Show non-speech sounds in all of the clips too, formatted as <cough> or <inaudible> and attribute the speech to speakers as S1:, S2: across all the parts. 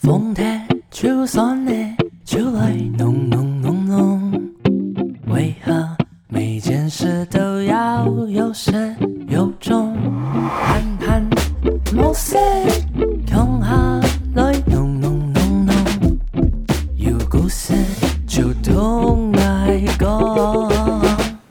S1: 風車超爽呢，超嚟濃濃濃濃。為何每件事都要有始有終？盼盼暮色，降下來濃濃濃濃。有故事就同我講。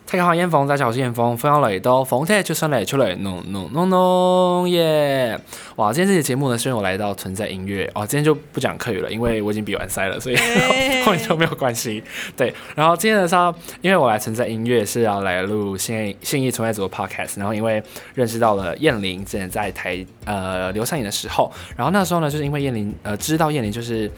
S2: 睇下煙房，大家好，我是煙房，歡迎嚟到房聽出上嚟出嚟，no no no no 耶！哇，今天這期節目呢，是因為我來到存在音樂，哦，今天就不講客語了，因為我已經比完賽了，所以 <laughs> 後面就沒有關係。對，然後今天的是要因為我來存在音樂是要來錄信信義存在組的 podcast，然後因為認識到了燕玲，之前在台呃流上演的時候，然後那時候呢，就是因為燕玲呃知道燕玲就是。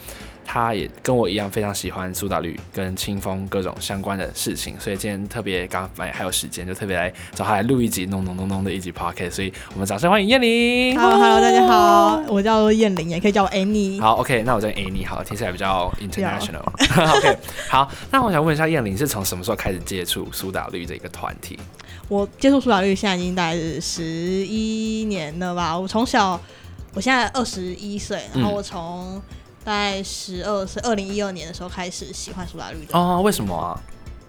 S2: 他也跟我一樣非常喜歡苏打綠跟清風各種相關的事情，所以今天特別剛反正還有時間，就特別來找他來錄一集弄弄弄弄的一集 podcast，所以我們掌聲歡迎燕玲。
S3: Hello Hello，大家好，我叫做燕玲，也可以叫我 Annie。
S2: 好，OK，那我叫 Annie，好，听起来比较
S3: 啊
S2: international。OK，好， <laughs> 那我想问一下燕玲是從什么时候開始接觸苏打綠這個團體？
S3: 我接触苏打绿现在已经大概是十一年了吧。我从小，我现在二十一岁，然后
S2: 嗯
S3: 我从大概十二岁，二零一二年的时候开始喜欢苏打绿的。
S2: 哦，为什么啊？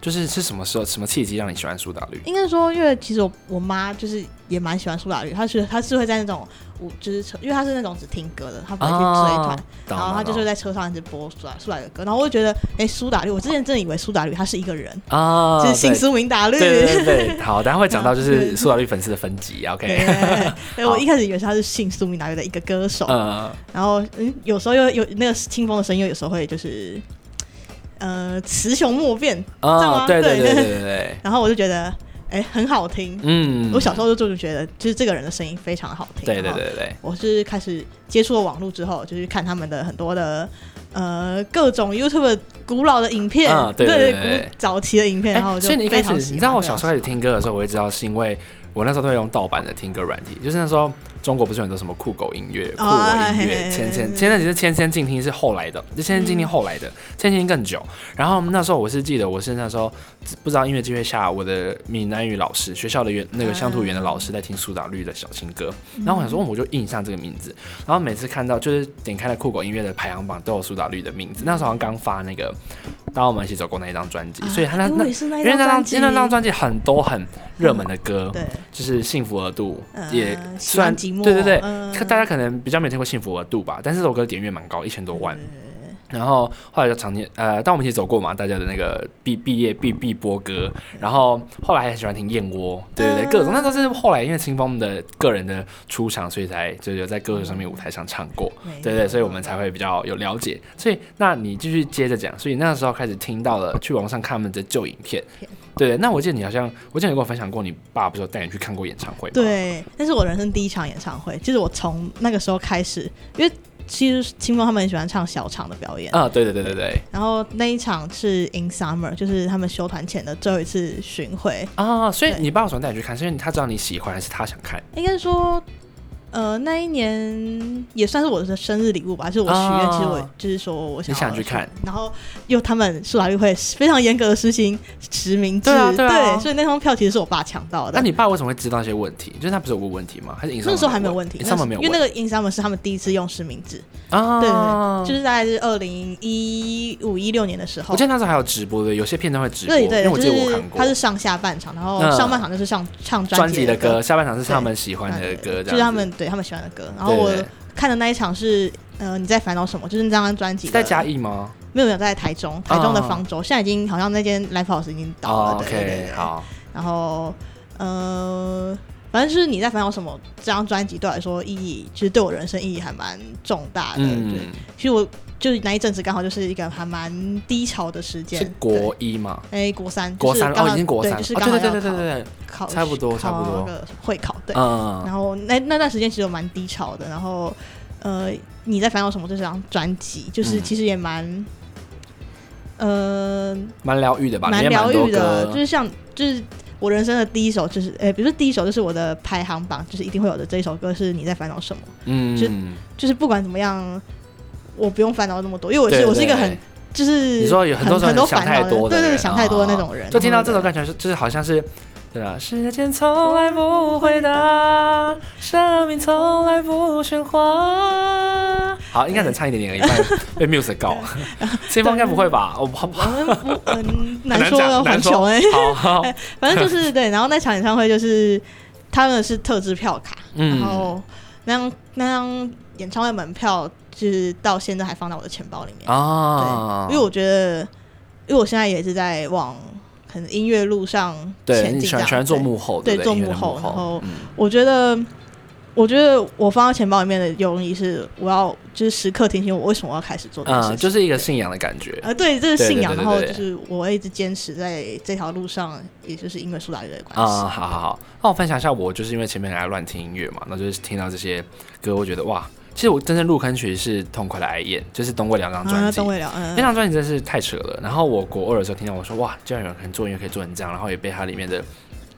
S2: 就是是什么时候、什么契机让你喜歡苏打綠？
S3: 应该说，因为其实我我妈就是也蛮喜欢苏打绿，她是她是会在那种我就是车因为她是那种只听歌的，她不会去追
S2: 哦
S3: 团，
S2: 懂
S3: 然后她
S2: 懂
S3: 就是会在车上一直播苏打苏打绿的歌，然后我就觉得，哎、苏打绿，我之前真的以为苏打绿他是一个人，
S2: 懂啊，
S3: 就是姓
S2: 对
S3: 苏名打绿，
S2: 对对对对，好，等一下会讲到就
S3: 对
S2: 是
S3: 对
S2: 苏打綠粉絲的分级，OK，
S3: 对，
S2: <laughs>
S3: 对
S2: 好
S3: 我一开始以为他是姓苏明达的一个歌手，
S2: 呃。
S3: 然后嗯，有时候又有那个清风的声音，有时候会就是呃雌雄莫辨，这样
S2: 啊，
S3: 吗
S2: 对对
S3: 对
S2: 对对对对，
S3: 然后我就觉得哎、很好听。
S2: 嗯，
S3: 我小时候就就觉得，就是这个人的声音非常好听。
S2: 对对对。对对，
S3: 我是开始接触了网络之后，就是看他们的很多的呃各种 YouTube 古老的影片，
S2: 啊对对
S3: 对
S2: 对对对
S3: 古早期的影片，然后
S2: 哎，
S3: 我就
S2: 所以你一
S3: 非
S2: 开
S3: 常
S2: 始，
S3: 喜
S2: 你
S3: 欢
S2: 知道我
S3: 这
S2: 小
S3: 样
S2: 时候开始听歌的时候，我会知道是因为我那时候都会用盗版的听歌软体，就是那时候中国不是有很多什么酷狗音乐、酷
S3: 哦
S2: 我音
S3: 嘿嘿
S2: 乐、千
S3: 嘿嘿嗯
S2: 千，
S3: 嘿
S2: 千千其实千千静听是后来的，就千千静听后来的，千千静听更久。然后那时候我是记得，我是那时候不知道音乐机会下，我的闽南语老师，学校的原那个乡土语言的老
S3: 嗯
S2: 师在听苏打绿的小情歌，然后我想说，哦我就印象这个名字，然后每次看到就是点开了酷狗音乐的排行榜都有苏打绿的名字，那时候好像刚发那个《当我们一起走过》那一张专辑，所以他那
S3: 啊
S2: 那
S3: 我也是那一
S2: 因为
S3: 张
S2: 那张
S3: 专
S2: 因为那张
S3: 辑，嗯
S2: 专辑很多很热门的歌，
S3: 对，
S2: 就是《幸福额度》
S3: 呃
S2: 也
S3: 喜
S2: 虽然
S3: 欢寂寞
S2: 对对对，
S3: 嗯
S2: 可大家可能比较没听过《幸福额度》吧，但是这首歌点阅蛮高，一千多万。然后后来就常年呃，但我们一起走过嘛，大家的那个毕毕业必必播歌，然后后来还喜欢听燕窝，对对对，
S3: 嗯
S2: 各种那都是后来因为清风的个人的出场，所以才就有在歌手上面舞台上唱过，
S3: 没
S2: 对对，
S3: 错
S2: 所以我们才会比较有了解。所以那你继续接着讲，所以那时候开始听到了去网上看他们的旧影片
S3: 片，
S2: 对对，那我记得你好像我记得你跟我分享过，你爸不是有带你去看过演唱会吗？
S3: 对，那是我人生第一场演唱会，就是我从那个时候开始，因为其实清风他们很喜欢唱小场的表演，
S2: 啊，对对对对对，
S3: 然后那一场是 In Summer，就是他们休团前的最后一次巡回，
S2: 啊，所以
S3: 对
S2: 你爸为什么带你去看？是因为他知道你喜欢，还是他想看？
S3: 应该说。呃，那一年也算是我的生日礼物吧，就是我许愿，
S2: 啊
S3: 其实我就是说我想要
S2: 你想去看，
S3: 然后又他们苏打绿会非常严格的实行实名制，
S2: 对啊对啊
S3: 所以那张票其实是我爸抢到的。
S2: 那你爸为什么会知道这些问题？就是他不是有问问题吗？还是
S3: 那时候还没有问题，
S2: 上面没有
S3: 因
S2: 问
S3: 为那个 In Summer 是他们第一次用实名制，
S2: 啊，
S3: 对对，就是大概是二零一五一六年的时候
S2: 我记。得那时候还有直播的，有些片段会直播，
S3: 对对，
S2: 因为我
S3: 对
S2: 记得我
S3: 就是
S2: 看过
S3: 它是上下半场，然后
S2: 嗯
S3: 上半场就是上唱
S2: 专
S3: 辑
S2: 辑的
S3: 歌
S2: 歌，，下半场是他们喜欢的歌，
S3: 就
S2: 这样子
S3: 是他们对他们喜欢的歌。然后
S2: 对
S3: 我
S2: 对对
S3: 看的那一场是呃你在烦恼什么，就是那张专辑
S2: 是
S3: 的
S2: 在嘉义吗？
S3: 没有没有在台中，台中的
S2: 哦
S3: 方舟，现在已经好像那间 live house 已经倒
S2: 哦
S3: 了。对对对
S2: ，OK，
S3: 对
S2: 好，
S3: 然后呃，反正就是你在烦恼什么这张专辑对我来说意义，其实对我人生意义还蛮重大的。对，
S2: 嗯，
S3: 其实我就是那一阵子刚好就是一个还蛮低潮的时间，
S2: 是
S3: 对
S2: 国一嘛？
S3: 哎国三，
S2: 国三
S3: 就是刚
S2: 哦，
S3: 好
S2: 已经国三，
S3: 对，就是
S2: 哦
S3: 刚好
S2: 对
S3: 要
S2: 对对对对对，
S3: 考考
S2: 差不多差不多
S3: 考那个会考对。
S2: 嗯，
S3: 然后那那段时间其实我蛮低潮的，然后呃你在烦恼什么这张专辑，就是
S2: 嗯
S3: 其实也蛮。呃，
S2: 蛮疗愈的吧？
S3: 蛮
S2: 里面
S3: 疗
S2: 多
S3: 愈的，
S2: 歌
S3: 就是像就是我人生的第一首，就是诶、比如说第一首就是我的排行榜，就是一定会有的这一首歌是你在烦恼什么，就
S2: 嗯，
S3: 就是不管怎么样，我不用烦恼那么多，因为我是
S2: 对
S3: 我是一个
S2: 对
S3: 很就是
S2: 你说有很
S3: 很
S2: 多时候
S3: 很多
S2: 想
S3: 烦
S2: 太
S3: 恼的，
S2: 多的
S3: 对
S2: 人，
S3: 对，想太多的那
S2: 哦
S3: 种人，
S2: 就听到这首
S3: 对
S2: 感觉是，就是好像是对啊吧？时间从来不回答，生命从来不喧哗。好，应该只能唱一点点而已，不然被
S3: <laughs>
S2: music 告。这方应该不会吧？我好不好？
S3: 我们不哦
S2: <laughs>
S3: 嗯难
S2: 很
S3: 说
S2: 讲
S3: 了，
S2: 啊难
S3: 很
S2: 说
S3: 穷哎。
S2: 好好，
S3: <laughs> 反正就是对，然后那场演唱会就是他们是特制票卡，
S2: 嗯
S3: 然后那张那张演唱会门票就是到现在还放在我的钱包里面，
S2: 啊，
S3: 对，因为我觉得，因为我现在也是在往可能音乐路上
S2: 对
S3: 前
S2: 你
S3: 进
S2: 喜
S3: 这
S2: 欢
S3: 样，
S2: 喜欢做
S3: 对
S2: 幕后，
S3: 对
S2: 不
S3: 做
S2: 音乐
S3: 幕
S2: 的
S3: 后
S2: 幕
S3: 然后
S2: 嗯
S3: 我觉得，我觉得我放到钱包里面的用意是，我要就是时刻提醒我为什么要开始做这件事情。
S2: 嗯，就是一个信仰的感觉。
S3: 呃，对，
S2: 对
S3: 这是
S2: 对
S3: 信仰，
S2: 对
S3: 然后
S2: 对
S3: 就
S2: 对
S3: 是我会一直坚持在这条路上，也就是因为苏打绿的关
S2: 啊、
S3: 系。
S2: 好好好，那我分享一下，我就是因为前面很爱乱听音乐嘛，那就是听到这些歌，我觉得哇，其实我真正入坑曲是《痛快的爱宴》，就是东过两张专
S3: 啊，
S2: 辑
S3: 等，我聊，嗯
S2: 那，张专辑真是太扯了。然后我国二的时候听到，我说哇，居然有人可以做音乐可以做成这样，然后也被它里面的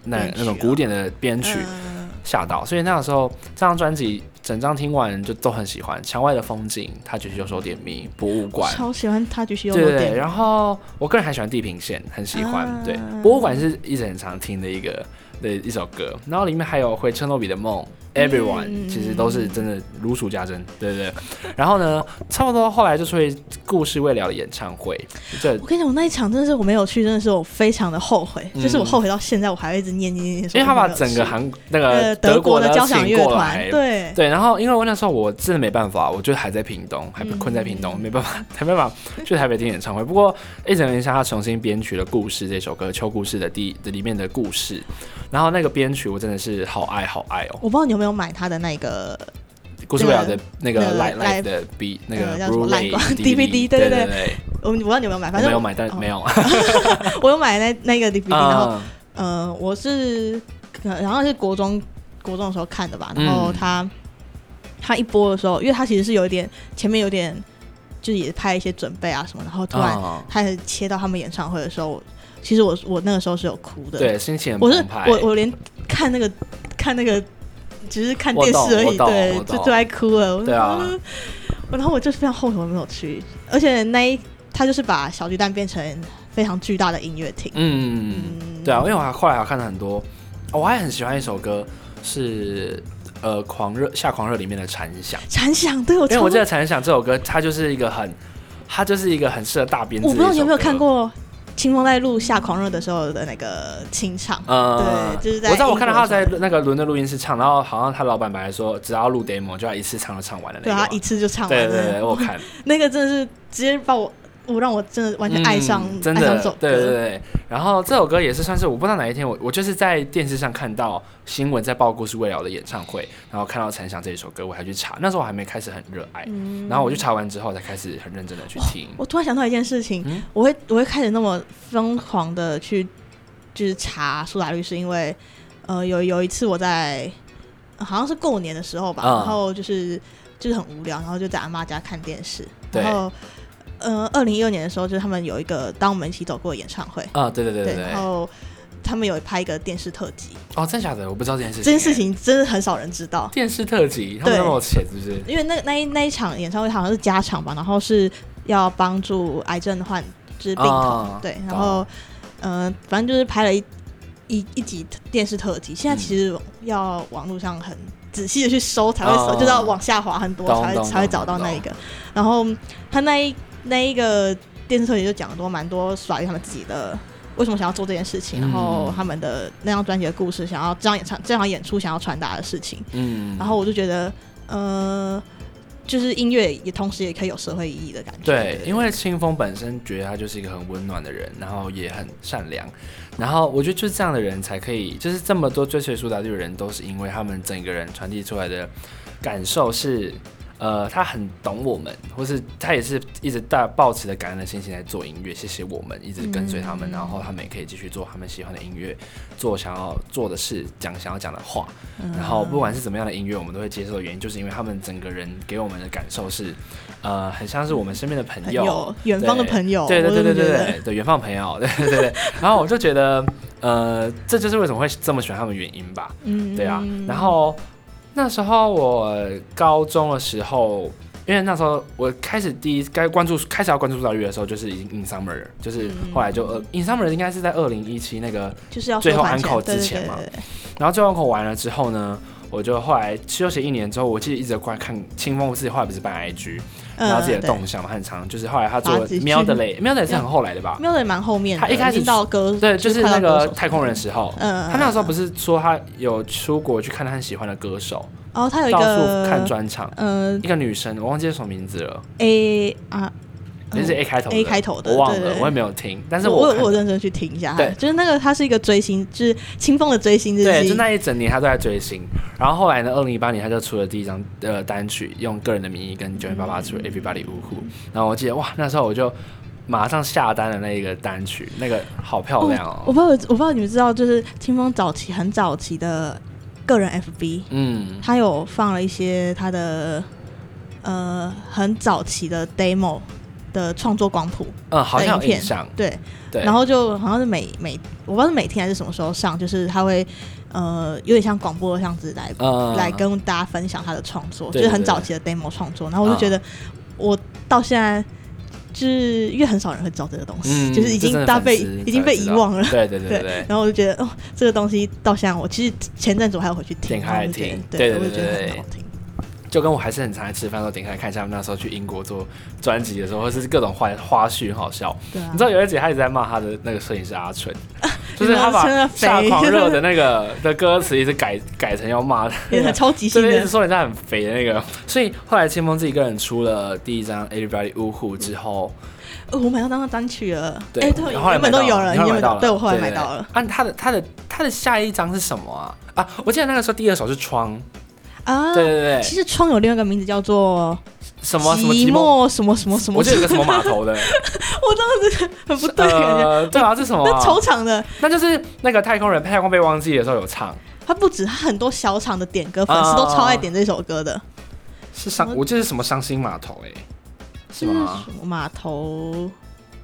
S2: 那
S3: 编曲啊
S2: 那种古典的编曲
S3: 嗯
S2: 吓到，所以那个时候这张专辑整张听完就都很喜欢，《墙外的风景》、《他举起右手点迷》、《博物
S3: 我
S2: 馆》。
S3: 超喜欢他，就是有
S2: 对对
S3: 点
S2: 对，然后我个人还喜欢《地平线》，很喜欢。
S3: 啊
S2: 对，博物馆是一直很常听的一个的一首歌，然后里面还有《回车诺比的梦》。Everyone、
S3: 嗯
S2: 其实都是真的如数家珍，对对对。然后呢，差不多后来就出一故事未了的演唱会，这
S3: 我跟你讲，我那一场真的是我没有去，真的是我非常的后悔，
S2: 嗯
S3: 就是我后悔到现在，我还会一直念念念念说
S2: 因为
S3: 我
S2: 他
S3: 没有
S2: 把整
S3: 去。
S2: 个韩那个
S3: 呃德
S2: 国
S3: 的
S2: 的
S3: 交响
S2: 请
S3: 乐
S2: 过
S3: 团，
S2: 来，
S3: 对，
S2: 对，然后因为我那时候我真的没办法，我就还在屏东，还
S3: 嗯
S2: 困在屏东，没办法，没办法去台北听演唱会。不过哎一整年下，他重新编曲了《故事》这首歌，《秋故事》的第的里面的故事，然后那个编曲我真的是好爱好爱哦。
S3: 我不知道你有没有买他的那个
S2: 故事未了的那个
S3: 啊那个
S2: Light Light
S3: Live-
S2: 的 B 那
S3: 呃
S2: 个
S3: 叫什么
S2: Blu-ray
S3: Live-
S2: DVD，对
S3: DVD 对对对
S2: 对，
S3: 我我不知道你有没有买，
S2: 我
S3: 反
S2: 没
S3: 正
S2: 有买，但没
S3: 有，
S2: 有
S3: 哦我有买那那个 DVD，、
S2: <laughs>
S3: 然后
S2: 啊，
S3: 呃，我是呃然后是国中国中的时候看的吧，然后
S2: 嗯
S3: 他、他一播的时候，因为他其实是有一点前面有点就是也拍一些准备啊什么，然后突然
S2: 啊
S3: 开始切到他们演唱会的时候，我其实我我那个时候是有哭的，，
S2: 对，心情很
S3: 我是
S2: 澎湃。
S3: 我我连看那个看那个只是看电
S2: 我
S3: 视
S2: 懂
S3: 而已，
S2: 我懂
S3: 对
S2: 我，懂
S3: 就就爱哭了。我
S2: 对啊
S3: 嗯然后我就是非常后悔我没有去，而且那一他就是把小巨蛋变成非常巨大的音乐厅。
S2: 嗯，对啊，因为我还后来还看了很多，哦我还很喜欢一首歌是呃《狂热夏狂热》里面的《蝉响》，
S3: 残响，对我
S2: 因为
S3: 超
S2: 我记得《蝉响》这首歌，它就是一个很，它就是一个很适合大编制。
S3: 我不知道你有没有看，过《清风在路下狂热》的时候的那个清唱，
S2: 呃，
S3: 对就是在
S2: 我知道我看到他
S3: 英国
S2: 在
S3: 的时
S2: 那个伦敦录音室唱，然后好像他老板本来说只要录 demo 就要一次唱就唱完了那
S3: 对
S2: 个
S3: 他
S2: 嘛。
S3: 一次就唱完
S2: 对
S3: 了，
S2: 对对，我有看，
S3: 那个真的是直接把我我让我真的完全爱上、
S2: 嗯真
S3: 爱上
S2: 的
S3: 这首，
S2: 对对
S3: 歌。
S2: 对。然后这首歌也是算是我不知道哪一天我我就是在电视上看到新闻在报故事未了的演唱会，然后看到陈翔这一首歌，我还去查，那时候我还没开始很热
S3: 嗯
S2: 爱，然后我去查完之后才开始很认真的去听。
S3: 我突然想到一件事情，
S2: 嗯
S3: 我会我会开始那么疯狂的去就是查苏打绿，是因为呃有有一次我在呃好像是过年的时候吧，
S2: 嗯
S3: 然后就是就是很无聊，然后就在阿妈家看电视，
S2: 对
S3: 然后呃二零一六年的时候，就是他们有一个当我们一起走过的演唱会，
S2: 啊、对对对对对
S3: 然，后他们有拍一个电视特辑，
S2: 哦，真假的，我不知道这件事情。
S3: 这件事，情真的很少人知道，
S2: 电视特辑，他们
S3: 对
S2: 那么有钱是不是？
S3: 因为那那一那一场演唱会好像是加场吧，然后是要帮助癌症患就是病童，
S2: 啊
S3: 对，然
S2: 懂
S3: 后呃，反正就是拍了一一一集电视特辑。现在
S2: 嗯
S3: 其实要网络上很仔细的去搜才会搜，
S2: 哦
S3: 就是要往下滑很多
S2: 懂
S3: 才
S2: 懂
S3: 会才会
S2: 懂
S3: 找到
S2: 懂
S3: 那一个。然后他那一那一个电视特辑就讲了多蛮多耍于他们自己的。为什么想要做这件事情？然后
S2: 嗯
S3: 他们的那张专辑的故事，想要这场演唱这场演出想要传达的事情，
S2: 嗯，
S3: 然后我就觉得，呃，就是音乐也同时也可以有社会意义的感觉。
S2: 对，因为清风本身觉得他就是一个很温暖的人，然后也很善良，然后我觉得就是这样的人才可以，就是这么多追随苏打绿的人，都是因为他们整个人传递出来的感受是，呃，他很懂我们，或是他也是一直带抱持着感恩的心情来做音乐，谢谢我们一直跟随他们，
S3: 嗯
S2: 然后他们也可以继续做他们喜欢的音乐，做想要做的事，讲想要讲的话，然后不管是怎么样的音乐，我们都会接受的原因，就是因为他们整个人给我们的感受是，呃，很像是我们身边的朋
S3: 朋
S2: 友，
S3: 友，哦远方的
S2: 对
S3: 朋友，
S2: 对对
S3: 我
S2: 对对
S3: 真的
S2: 对
S3: 觉得
S2: 对对，远方朋友， <laughs> 对对对。然后我就觉得，呃，这就是为什么会这么喜欢他们原因吧，
S3: 嗯
S2: 啊对啊。然后那时候我高中的时候，因为那时候我开始第一该关注开始要关注苏打绿的时候，就是已经 In Summer，了就是
S3: 嗯
S2: 后来就呃 In Summer 应该是在二零一七那个，
S3: 就是要
S2: 最后
S3: 收款
S2: uncle
S3: 对
S2: 之
S3: 对
S2: 前
S3: 对
S2: 嘛
S3: 对对
S2: 然后最后口完了之后呢，我就后来休息一年之后，我记得一直在观看清风自己后来不是办 IG，
S3: 嗯
S2: 然后自己的
S3: 对
S2: 动向嘛，很长，就是后来他做
S3: 发几句
S2: Miao 的嘞，Miao 的是很后来的吧？
S3: 没有人蛮后面的，
S2: 他一开始
S3: 已经到歌
S2: 对，就是
S3: 快
S2: 那
S3: 到歌
S2: 个
S3: 手
S2: 太空人时候，
S3: 嗯，嗯
S2: 他那时候不
S3: 嗯
S2: 是说他有出国去看他很喜欢的歌手，
S3: 哦，他有一
S2: 到
S3: 个
S2: 处看专场，
S3: 呃
S2: 一个女生，我忘记叫什么名字了，
S3: A 啊，
S2: 就是 A 开头的
S3: A 开头的
S2: 我忘
S3: 对对
S2: 了，
S3: 对
S2: 我也没有听，但
S3: 但
S2: 是
S3: 我
S2: 看
S3: 有我有认真去听一下，
S2: 对
S3: 就是那个他是一个追星，就是清风的追星日
S2: 对，
S3: 记
S2: 就，那一整年他都在追星，然后后来呢，二零一八年他就出了第一张呃单曲，用个人的名义跟九零
S3: 嗯
S2: 八八出了 Everybody 呜呼，然后我记得哇，那时候我就马上下单了那一个单曲，那个好漂亮哦，
S3: 我不知道我不知道你们知道，就是清风早期很早期的个人 FB，
S2: 嗯，
S3: 他有放了一些他的呃很早期的 demo 的创作光谱，
S2: 嗯，好像
S3: 的
S2: 有
S3: 影
S2: 印
S3: 片
S2: 象，
S3: 对，
S2: 对，
S3: 然后就好像是每每我不知道是每天还是什么时候上，就是他会呃有点像广播这样子来
S2: 嗯
S3: 来跟大家分享他的创作，
S2: 对
S3: 就是很早期的 demo 创作。然后我就觉得，我到现在就是因为很少人会知道这个东西，
S2: 嗯
S3: 就是已
S2: 这真
S3: 经
S2: 的
S3: 大
S2: 粉
S3: 被
S2: 丝
S3: 已经
S2: 才
S3: 被
S2: 知
S3: 遗
S2: 道
S3: 忘了。
S2: 对对对
S3: 对
S2: 对对。
S3: 然后我就觉得，哦，这个东西到现在，我其实前阵子我还有回去听，
S2: 点开来
S3: 然后我就觉得
S2: 听
S3: 对
S2: 对对
S3: 我就觉得
S2: 对对
S3: 很好听。
S2: 就跟我还是很常在吃饭的时候点开看一下，那时候去英国做专辑的时候，或是各种花花絮，很好笑。
S3: 对啊
S2: 你知，道有一姐她一直在骂她的那个摄影师阿
S3: <laughs>
S2: 纯，就是她把
S3: 你们真的
S2: 《
S3: 肥
S2: 夏狂热》的那个的歌词一直改改成要骂他，
S3: 也很超级
S2: 就啊
S3: 新
S2: 是一直
S3: 的，
S2: 说人家很肥的那个。所以后来清风自己一个人出了第一张《Everybody 呜呼》之后，
S3: 哦我买到那张单曲了。
S2: 对，
S3: 哎，对，
S2: 你后来
S3: 原
S2: 买
S3: 本
S2: 到
S3: 都有了，
S2: 你后来
S3: 原
S2: 买
S3: 本
S2: 到了，
S3: 对我后来
S2: 对
S3: 买到了。
S2: 对对啊，他的他的他的下一张是什么啊？啊，我记得那个时候第二首是窗，
S3: 啊。
S2: 对对对，
S3: 其实窗有另外一个名字叫做
S2: 哎什么什么
S3: 寂
S2: 寂寞，
S3: 寞什么什么什么，
S2: 我记得有个什么码头的，
S3: <laughs> 我当时很不对，感觉
S2: 呃，对啊，这是什么
S3: 那
S2: 啊？
S3: 球场的
S2: 那就是那个太空人太空被忘记的时候有唱，
S3: 他不止，他很多小厂的点歌，粉丝都超爱点这首歌
S2: 啊
S3: 的。
S2: 是伤，我记得是什么伤心码头哎、是
S3: 就是
S2: 吗？
S3: 什么码头？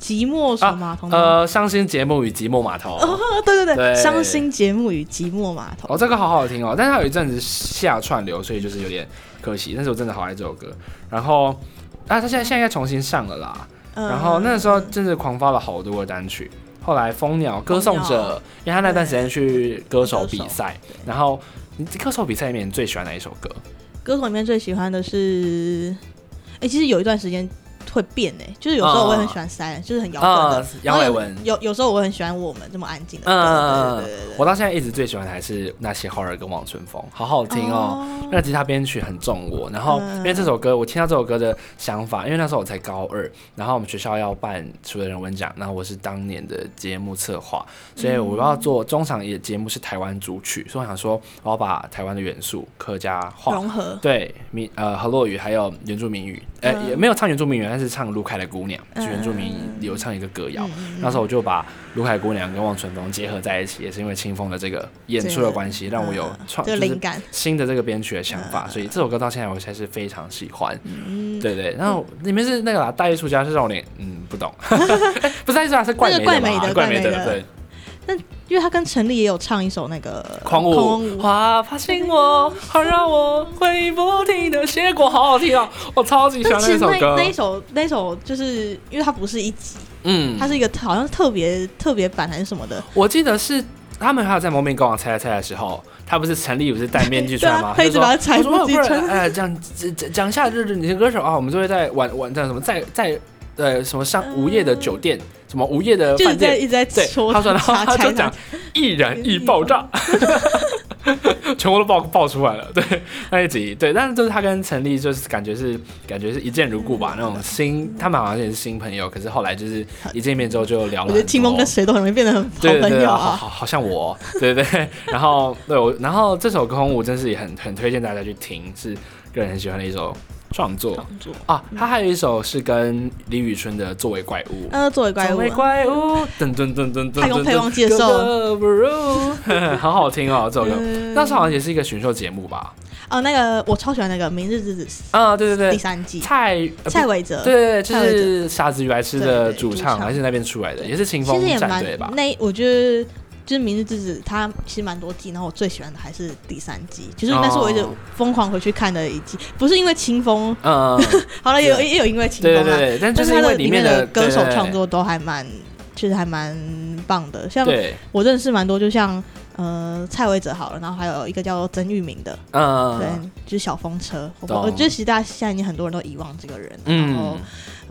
S3: 寂寞什
S2: 啊
S3: 么码头？呃，
S2: 呃，伤心节目与寂寞码头。
S3: 哦 <laughs> 对对对，
S2: 对
S3: 伤心节目与寂寞码头。
S2: 哦，这个好好听哦，但是它有一阵子下串流，所以就是有点可惜。但是我真的好爱这首歌。然后，啊，它现在现在应该重新上了啦。
S3: 嗯
S2: 然后那时候真的狂发了好多个单曲。后来蜂鸟歌颂者，因为他那段时间去歌手比赛，然后你歌手比赛里面你最喜欢哪一首歌？
S3: 歌手里面最喜欢的是，哎，其实有一段时间会变哎，就是有时候我也很喜欢 Silent，就是很摇滚的
S2: 嗯。杨
S3: 然
S2: 伟
S3: 后有
S2: 文。
S3: 有有时候我很喜欢我们这么安静的歌。
S2: 嗯
S3: 哦对对对对，
S2: 我到现在一直最喜欢的还是那些花儿跟望春风，好好
S3: 对
S2: 听哦。。那吉他编曲很重我，然后
S3: 嗯
S2: 因为这首歌，我听到这首歌的想法，因为那时候我才高二，然后我们学校要办楚的人文奖，然后我是当年的节目策划，所以我要做中场也节目是台湾主曲，所以我想说我要把台湾的元素客家话。
S3: 融合，
S2: 对，民呃河洛语还有原住民语，呃、
S3: 嗯
S2: 也没有唱原住民语，但是唱卢凯的姑娘，就原住民
S3: 嗯嗯嗯
S2: 有唱一个歌谣，
S3: 嗯
S2: 那时候我就把卢凯姑娘跟望春风结合在一起，也是因为清风的这个演出的关系，让我有
S3: 嗯
S2: 创、
S3: 这个
S2: 就是
S3: 灵感。
S2: 新的这个编曲的想法，所以这首歌到现在我还是非常喜欢。
S3: 嗯，
S2: 对对，然后里面是那个啦，大艺术家是让我脸嗯不懂， <laughs> 不是大艺术家是怪
S3: 那
S2: 美的
S3: 个怪
S2: 嘛
S3: 美的
S2: 怪
S3: 怪美的
S2: 的对，
S3: 因为他跟陈粒也有唱一首那个
S2: 狂舞
S3: 舞
S2: 花发现我，好让我会不停的结果，好好听啊，我超级喜
S3: 但
S2: 欢
S3: 其实
S2: 首
S3: 那
S2: 歌
S3: 那，一首那一首，就是因为它不是一集，
S2: 嗯
S3: 它，是一个好像是特别特别版还是什么的，
S2: 我记得是。他们还有在《蒙面歌王猜猜猜》的时候，他不是陈立不是戴面具出来
S3: <laughs> 对啊
S2: 吗？
S3: 他一
S2: 就
S3: 直
S2: 说
S3: 把它拆
S2: 我说
S3: 自己
S2: 不然
S3: 穿
S2: 哎，讲讲讲一下就是你的歌手啊，我们就会在晚晚在什么在在呃什么上午夜的酒店，什么午夜的
S3: 就是
S2: 呃饭
S3: 在
S2: 店，
S3: 一直在
S2: 对，
S3: 戳
S2: 他说然后
S3: 插
S2: 他
S3: 拆
S2: 就
S3: 它
S2: 讲。易燃易爆炸， <laughs> 全部都爆爆出来了。对，那一集对，但是就是他跟陈立就是感觉是感觉是一见如故吧，那种新他们好像也是新朋友，可是后来就是一见面之后就聊了很
S3: 我
S2: 多。
S3: 觉得清风跟谁都很容易变得很好
S2: 对对
S3: 朋
S2: 对，
S3: 友
S2: 好好
S3: 啊。
S2: 好好像我哦，对对对。然后对我，然后这首《空舞》真是也很很推荐大家去听，是个人很喜欢的一首创作
S3: 创作
S2: 啊。他还有一首是跟李宇春的《作为怪物》。
S3: 呃，作为怪
S2: 作
S3: 物
S2: 为
S3: 啊，
S2: 怪物，噔噔噔噔噔，
S3: 太空配忘记的时候
S2: 候，不如，好好听哦，这首歌。
S3: 嗯
S2: 那时候好像也是一个选秀节目吧？
S3: 哦，那个我超喜欢那个《明日之子》
S2: 啊，对对
S3: 第
S2: 对，
S3: 三季，
S2: 蔡呃不
S3: 蔡伟哲，
S2: 对对对，就
S3: 蔡伟
S2: 是傻子与白痴
S3: 对对
S2: 的
S3: 对
S2: 主
S3: 主
S2: 唱，
S3: 唱
S2: 还是那边出来的，也是清
S3: 其
S2: 风
S3: 实也
S2: 战
S3: 蛮
S2: 队吧？
S3: 那，我觉得就是《明日之子》，它其实蛮多季，然后我最喜欢的还是第三季，就是那是我一直
S2: 哦
S3: 疯狂回去看的一季，不是因为清风，
S2: 嗯，
S3: 好了，也有
S2: 对
S3: 也有因为清风
S2: 对对
S3: 啊，
S2: 对对，但就
S3: 但
S2: 是
S3: 它
S2: 因为
S3: 的
S2: 里
S3: 面
S2: 的
S3: 歌手
S2: 对对对
S3: 创作都还蛮，其实还蛮棒的，像
S2: 对，
S3: 我认识蛮多，就像呃蔡伟哲好了，然后还有一个叫曾玉明的，对
S2: 嗯，，
S3: 就是小风车。我
S2: 懂
S3: 我觉得其实大家现在已经很多人都遗忘这个人，然后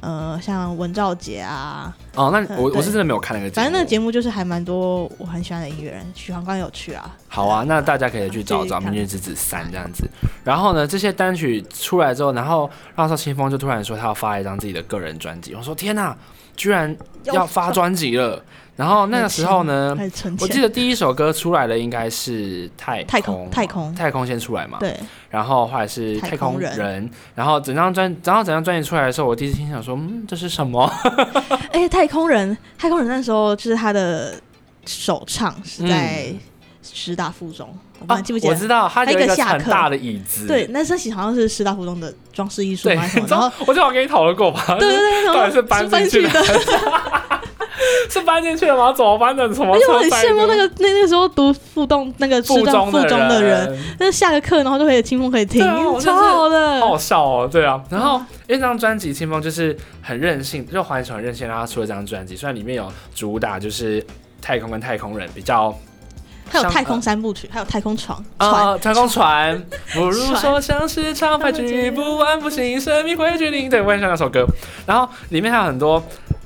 S2: 嗯，
S3: 呃像文兆杰啊，
S2: 哦，那我
S3: 嗯对
S2: 我是真的没有看那个节目，
S3: 反正那个节目就是还蛮多我很喜欢的音乐人，许航刚有去啊，
S2: 好啊，那大家可以去找
S3: 去
S2: 找《
S3: 看
S2: 明日之子三》这样子。然后呢，这些单曲出来之后，然后让少清风就突然说他要发一张自己的个人专辑，我说天哪、居然要发专辑了。然后那个时候呢，
S3: 开始存
S2: 我记
S3: 钱，
S2: 得第一首歌出来的应该是太
S3: 太
S2: 空
S3: 空
S2: 嘛
S3: 太空
S2: 太空先出来嘛，
S3: 对，
S2: 然后后来是
S3: 太
S2: 太
S3: 空
S2: 空人，
S3: 人
S2: 然后整张专，然后整张专辑出来的时候，我第一次听想说，嗯，这是什么？
S3: <laughs> 而且哎太空人太空人那时候就是他的首唱是在
S2: 嗯
S3: 师大附中，我不知
S2: 啊
S3: 道记不记
S2: 我
S3: 得
S2: 知道，它有
S3: 它一
S2: 一
S3: 个
S2: 个
S3: 下
S2: 很
S3: 课
S2: 大的椅子，
S3: 对，那时候好像是师大附中的装饰艺术
S2: 对，
S3: 嘛什
S2: 你
S3: 么，
S2: 知
S3: 然后
S2: 道，我就好跟你讨论过吧，
S3: 对对
S2: <laughs>
S3: 对，然
S2: 到
S3: 后
S2: 底是搬进去
S3: 去
S2: 的
S3: 的，
S2: <laughs> 是搬进去了吗？怎么搬的？什么
S3: 而且我
S2: 车
S3: 很
S2: 塞
S3: 羡慕那
S2: 的
S3: 个那那个时候读附动那个
S2: 附
S3: 师大
S2: 中
S3: 附中的人，
S2: 人，
S3: 那下个课然后就可以清风可以听
S2: 对啊我，真
S3: 超
S2: 是
S3: 好的
S2: 好。好笑哦。对啊，然后因为这张专辑《清风》就是很任性，就黄一雄很任性，让他出了这张专辑。虽然里面有主打就是太空跟太空人比较
S3: 还有
S2: 像
S3: 太空三部曲，还有太空床船，
S2: 啊，太空
S3: <laughs>
S2: 船，不如说像是长牌局不完不行，生命会决定。对，我也喜欢那首歌。然后里面还有很多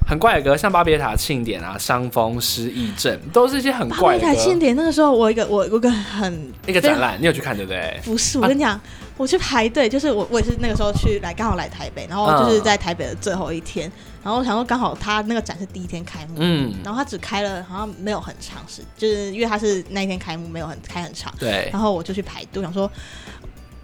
S2: 很怪的歌，像巴别塔、庆典啊、伤风、失忆症，都是一些很
S3: 巴
S2: 怪
S3: 贝
S2: 的
S3: 塔庆
S2: 歌。
S3: 典那个时候，我有一个我我有一个很
S2: 一个展览，你有去看对不对？
S3: 不是，我跟你讲，我去排队，就是我我也是那个时候去来，刚好来台北，然后
S2: 嗯
S3: 就是在台北的最后一天，然后我想说刚好他那个展是第一天开幕，
S2: 嗯，
S3: 然后他只开了好像没有很长时，就是因为他是那一天开幕没有很开很长，
S2: 对。
S3: 然后我就去排队，想说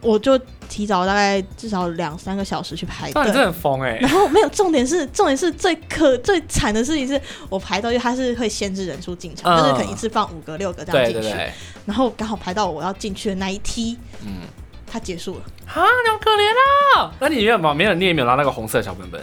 S3: 我就提早大概至少两三个小时去排
S2: 那你真的
S3: 队。
S2: 很疯哎、
S3: 然后没有，重点是重点是最可最惨的事情是我排到，因为它是会限制人数进
S2: 嗯
S3: 场，就是可能一次放五个六个这样
S2: 对
S3: 进去。
S2: 对
S3: <laughs>
S2: 对，
S3: 然后刚好排到我要进去的那一梯，
S2: 嗯，
S3: 它结束了，
S2: 啊，你好可怜啊！那你有没有没有你也没有拿那个红色的小本本？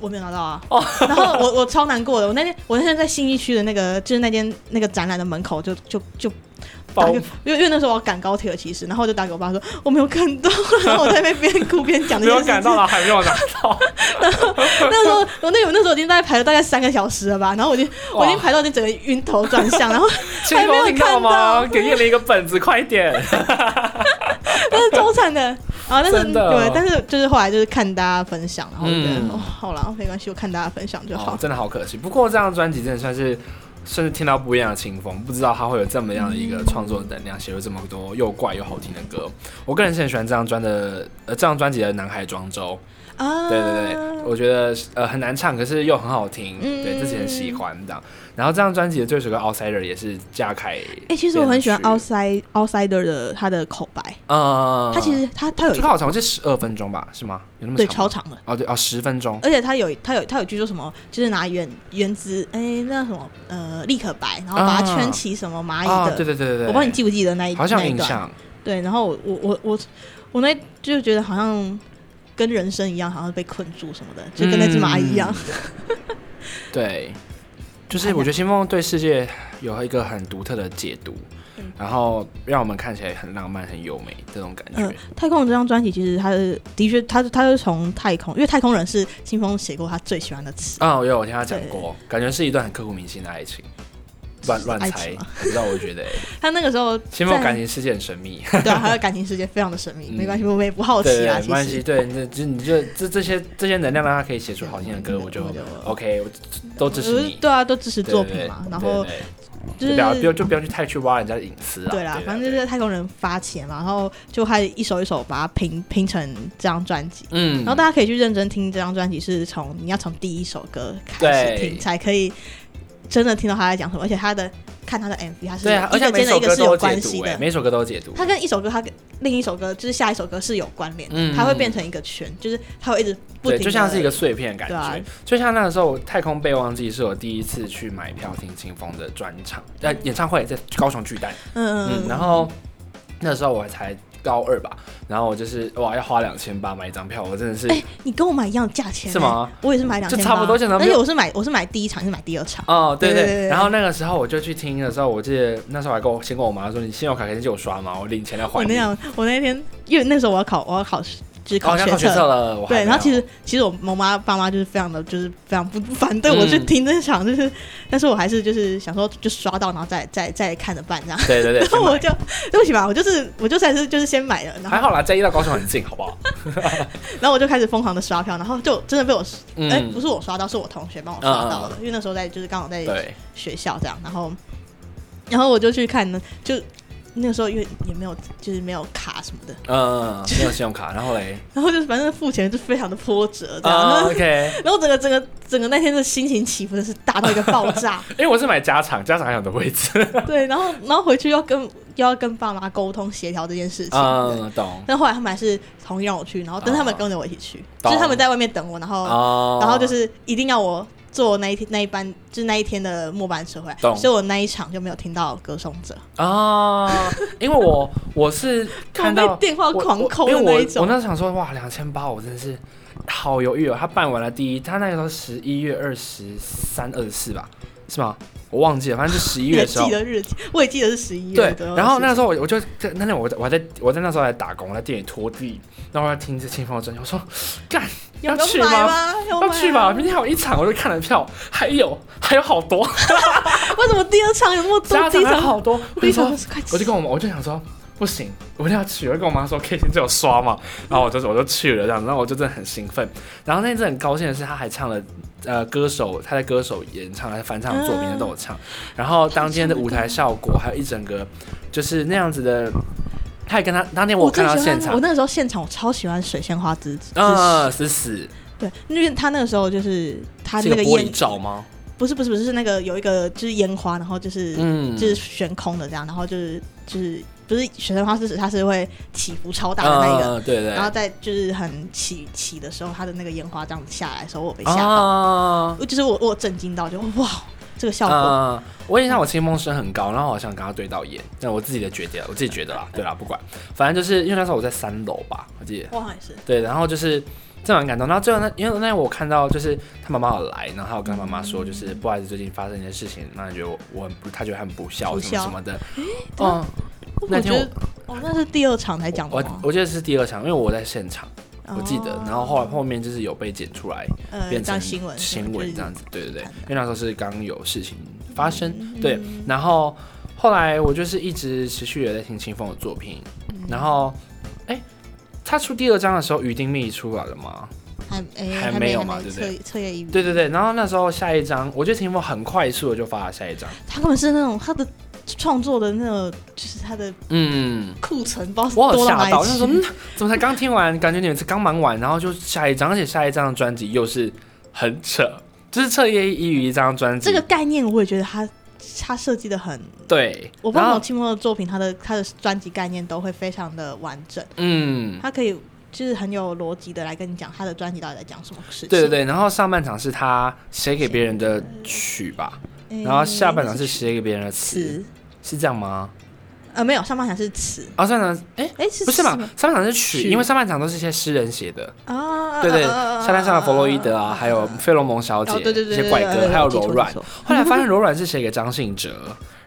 S3: 我没有拿到啊。
S2: 哦
S3: 然后我我超难过的，我那天我那天在信义区的那个就是那间那个展览的门口就就就打 <laughs>
S2: 包
S3: 给，因为因为那时候我要赶高铁了，其实，然后我就打给我爸说我没有看到，然后我在那边边哭边讲
S2: 没
S3: 这件
S2: 有
S3: 事情
S2: 赶。到了，啊还没有拿到。
S3: <laughs> 那时候我那我那时候已经大概排了大概三个小时了吧，然后我已经我已经
S2: 哇
S3: 排到已经整个晕头转向，然后 <laughs>
S2: 清
S3: 还没有
S2: 风听到
S3: 看
S2: 吗？
S3: 到
S2: 给叶了一个本子，快点！
S3: 但是超惨的，然后但是
S2: 真的
S3: 对，但是就是后来就是看大家分享，然后我觉得、
S2: 嗯
S3: 哦好了，没关系，我看大家分享就好。
S2: 哦，真的好可惜。不过这张专辑真的算是，甚至听到不一样的清风，不知道他会有这么样的一个创作能量，写出这么多又怪又好听的歌。我个人是很喜欢这张专的，呃，这张专辑的《南海庄周》。
S3: 啊，
S2: 对对对，我觉得呃很难唱，可是又很好听，
S3: 嗯
S2: 对自己很喜欢这样。然后这张专辑的最后一首歌《Outsider》也是嘉凯编曲，
S3: 哎、其实我很喜欢 outside outsider 的他的口白，
S2: 呃，
S3: 他其实他他有一
S2: 这个好长，这十二分钟吧，是吗？有那么
S3: 对
S2: 长
S3: 超
S2: 吗？
S3: 长的，
S2: 哦对哦，十分钟，
S3: 而且他有他有他有句说什么，就是拿原原子哎、那什么呃立可白，然后把它
S2: 啊
S3: 圈起什么蚂蚁的，
S2: 啊，对对对对对，
S3: 我不知道你记不记得那一
S2: 好像有
S3: 那一
S2: 印
S3: 段，
S2: 象，
S3: 对，然后我我我我我那就觉得好像跟人生一样，好像被困住什么的，就跟那只蚂蚁一样。
S2: 嗯
S3: <laughs>
S2: 对，就是我觉得新风对世界有一个很独特的解读
S3: 嗯，
S2: 然后让我们看起来很浪漫、很优美这种感
S3: 嗯、
S2: 觉。
S3: 太空人这张专辑其实它是的确，它它是从太空，因为太空人是清风写过他最喜欢的词，
S2: 啊，我有我听他讲
S3: 对
S2: 过，感觉是一段很刻骨铭心的爱情。乱乱
S3: 爱
S2: 猜
S3: 情吗，
S2: 不知道我觉得、欸，
S3: 他那个时候
S2: 新风
S3: 在
S2: 感情世界很神秘。
S3: 对啊，他的感情世界非常的神秘，
S2: 嗯
S3: 没关系，我们也不 <laughs> 好
S2: 对
S3: 奇
S2: 对，
S3: 啊，
S2: 没
S3: 其
S2: 关系，
S3: 实。
S2: 对，那就你就这这些这些能量，让他可以写出好听的歌，我就
S3: 我就
S2: OK，我都支持
S3: 呃
S2: 你。
S3: 对啊，都支持
S2: 对
S3: 作品嘛，
S2: 对
S3: 然后
S2: 对
S3: 就
S2: 对
S3: 是
S2: 不要不要就不要去太去挖人家的隐私啊。
S3: 对啦，反正就是太空人发起嘛，然后就还一首一首把它拼拼成这张专辑，
S2: 嗯，
S3: 然后大家可以去认真听这张专辑，是从你要从第一首歌开始
S2: 对
S3: 听，才可以真的听到他在讲什么，而且他的看他的 MV，他是
S2: 对啊，而
S3: 一
S2: 且
S3: 个
S2: 每
S3: 接着
S2: 首
S3: 一
S2: 歌
S3: 个是
S2: 都有
S3: 有
S2: 解
S3: 关系
S2: 读、欸，
S3: 的。
S2: 每首歌都有解读。
S3: 他跟一首歌，他跟另一首歌就是下一首歌是有关联的，
S2: 嗯
S3: 它会变成一个圈，就是它会一直不
S2: 对，
S3: 停
S2: 就
S3: 地，
S2: 像是一个碎片感觉，
S3: 对啊
S2: 就像那个时候《太空备忘记》是我第一次去买票听清风的专场，呃，演唱会在高雄巨蛋，
S3: 嗯嗯
S2: 嗯，
S3: 嗯，
S2: 然后那时候我才高二吧，然后我就是哇要花两千八买一张票，我真的是、
S3: 哎、你跟我买一样价钱、
S2: 是？吗？
S3: 我也是买两千，
S2: 就差不多现场
S3: 但是
S2: 票
S3: 我是买我是买第一场，你是买第二场。
S2: 哦，对
S3: 对
S2: 对
S3: 对对
S2: 然后那个时候我就去听的时候，我记得那时候我还跟我先跟我妈说，你信用卡可以借我刷吗？我领钱来还
S3: 我
S2: 你。
S3: 那样，我那天因为那时候我要考，我要考就是
S2: 哦，
S3: 考
S2: 要
S3: 学
S2: 考学测了，我还
S3: 对，
S2: 没
S3: 然后其
S2: 有
S3: 实其实我我妈爸妈就是非常的就是非常不不反对我去
S2: 嗯
S3: 听这场，就是、但是我还是就是想说就刷到，然后再再再看着办这样。
S2: 对对对
S3: <laughs> 然，后
S2: 先买
S3: 我就对不起吧，我就是我就是还是就是先买了，然
S2: 还
S3: 后
S2: 好啦，嘉义到高雄很近，好不好？
S3: 然后我就开始疯狂的刷票，然后就真的被我哎、
S2: 嗯，
S3: 不是我刷到，是我同学帮我刷到的，因为那时候在就是刚好在
S2: 对，
S3: 学校这样，然后然后我就去看呢，就那时候因为也没有就是没有卡什么的，
S2: 嗯，没有信用卡，然后
S3: <laughs>
S2: 嘞，
S3: 然后就是反正付钱就非常的波折这样。然
S2: 啊
S3: 后
S2: ，OK，
S3: <laughs> 然后整个整个整个那天的心情起伏真是大到一个爆炸，
S2: <laughs> 因为我是买家常，家常还有很多位置，
S3: 对，然后然后回去要跟又要跟爸妈沟通协调这件事情，
S2: <laughs>
S3: 对
S2: 嗯，懂，
S3: 但后来他们还是同意让我去，然后但是他们
S2: 哦
S3: 跟着我一起去，
S2: 懂
S3: 就是他们在外面等我，然后、
S2: 哦，
S3: 然后就是一定要我坐那一天那一班就是那一天的末班车回来，
S2: 懂
S3: 所以我那一场就没有听到歌颂者，
S2: 啊，因为我我是看
S3: 我
S2: 到
S3: 被电话
S2: 我
S3: 狂
S2: 我
S3: 扣
S2: 因
S3: 的
S2: 为
S3: 那一
S2: 我我
S3: 种，
S2: 那时候想说，哇，两千八，我真的是好犹豫哦。他办完了第一，他那个时候十一月二十三、二十四吧，是吗？我忘记了，反正就十一
S3: <laughs> 你
S2: 月
S3: 还
S2: 的时候
S3: 记。得日期，我也记得是十一月
S2: 对
S3: 的事情，，
S2: 然后那时候我我就在那天我在我还在我在那时候还打工，我在店里拖地，然后我在听这清风的专辑，我说干要
S3: 有没
S2: 去
S3: 有买
S2: 吗？
S3: 吗？有
S2: 要
S3: 买
S2: 去
S3: 吗
S2: 吧，明天还有一场，我就看了票，还有还有好多，
S3: 为什么第二场有那么多？
S2: 家
S3: 第
S2: 长
S3: 一
S2: 还有
S3: 场
S2: 好多，我
S3: 第
S2: 就
S3: 一
S2: 说
S3: 场是快
S2: 我就跟我妈，我就想说，不行，我一定要去。我就跟我妈说，可以先借我刷嘛。然后我就我就去了这样子，然后我就真的很兴奋。然后那次很高兴的是，他还唱了呃歌手他在歌手演唱、还翻唱的作品他都有唱。然后当天的舞台效果，还有一整个就是那样子的，他也跟他当天我有看
S3: 最
S2: 到
S3: 喜欢
S2: 现
S3: 我
S2: 场，
S3: 那时候现场我超喜欢水仙花之子，
S2: 嗯，是死，
S3: 对，因为他那个时候就是他
S2: 是
S3: 那
S2: 个
S3: 个
S2: 玻
S3: 烟
S2: 璃，罩吗？
S3: 不是不是不是是那个有一个就是烟花，然后就是、
S2: 嗯，
S3: 就是悬空的这样，然后就是就是不是水仙花之子，它是会起伏超大的那个，
S2: 嗯对对，
S3: 然后在就是很起起的时候，它的那个烟花这样下来的时候，我有被吓到，
S2: 啊，
S3: 就是我我有震惊到，就哇这个效果，
S2: 嗯，我印象我清风声很高，然后好像跟他对到眼，但我自己的觉得，我自己觉得啦，对啦，不管，反正就是因为那时候我在三楼吧，我记得，
S3: 我好像也是，
S2: 对，然后就是真的很感动。然后最后那因为那天我看到就是他妈妈有来，然后他有跟他妈妈说，就是不好意思，最近发生一件事情，那你觉得我我很不，他觉得很不孝
S3: 不
S2: 什么
S3: 孝
S2: 什么的，
S3: 对
S2: 嗯，那
S3: 我
S2: 天
S3: 觉得哦那是第二场才讲的
S2: 我
S3: 吗？
S2: 我记得是第二场，因为我在现场，我记得
S3: 哦，
S2: 然后后来后面就是有被剪出来，
S3: 呃
S2: 变
S3: 当
S2: 成
S3: 新闻
S2: 新
S3: 就是
S2: 闻这样子，对对对，因为那时候是刚有事情发生，
S3: 嗯
S2: 对，然后后来我就是一直持续的在听清风的作品，
S3: 嗯
S2: 然后哎、他出第二章的时候，于丁蜜出来了吗？
S3: 还诶
S2: 还
S3: 还
S2: 没
S3: 没
S2: 有
S3: 还
S2: 嘛
S3: 没
S2: 对不
S3: 彻
S2: 对
S3: 彻夜一语，
S2: 对对对，然后那时候下一章，我觉得清风很快速的就发了下一章，
S3: 他根本是那种他的创作的那种，就是他的
S2: 嗯。
S3: 库存不知道
S2: 我
S3: 是
S2: 有
S3: 多
S2: 吓
S3: 哪
S2: 到，
S3: 里
S2: 我想
S3: 去
S2: 说，嗯，怎么才刚听完？感觉你们是刚忙完，然后就下一张，而且下一张的专辑又是很扯，就是彻夜一语一张专辑。
S3: 这个概念，我也觉得他他设计的很，
S2: 对，
S3: 我不知
S2: 然
S3: 道
S2: 后
S3: 清末的作品，他的他的专辑概念都会非常的完整，
S2: 嗯，
S3: 他可以就是很有逻辑的来跟你讲他的专辑到底在讲什么事情。
S2: 对对对，然后上半场是他写给别人的曲吧，
S3: 诶，
S2: 然后下半场是写给别人的词，
S3: 词，
S2: 是这样吗？
S3: 呃，没有，上半场是词，
S2: 啊，上半场哎
S3: 哎，是
S2: 不是
S3: 词
S2: 嘛
S3: 吗？，
S2: 上半场是曲，
S3: 曲
S2: 因为上半场都是一些诗人写的，
S3: 啊，
S2: 对对，
S3: 啊啊啊啊
S2: 沙滩上的弗洛伊德
S3: 啊啊
S2: 啊，
S3: 啊
S2: 还有费洛蒙小姐
S3: 哦，对对
S2: 一
S3: 对，
S2: 些怪歌，还有柔软。
S3: 哦，
S2: 后来发现柔软是写给张信哲，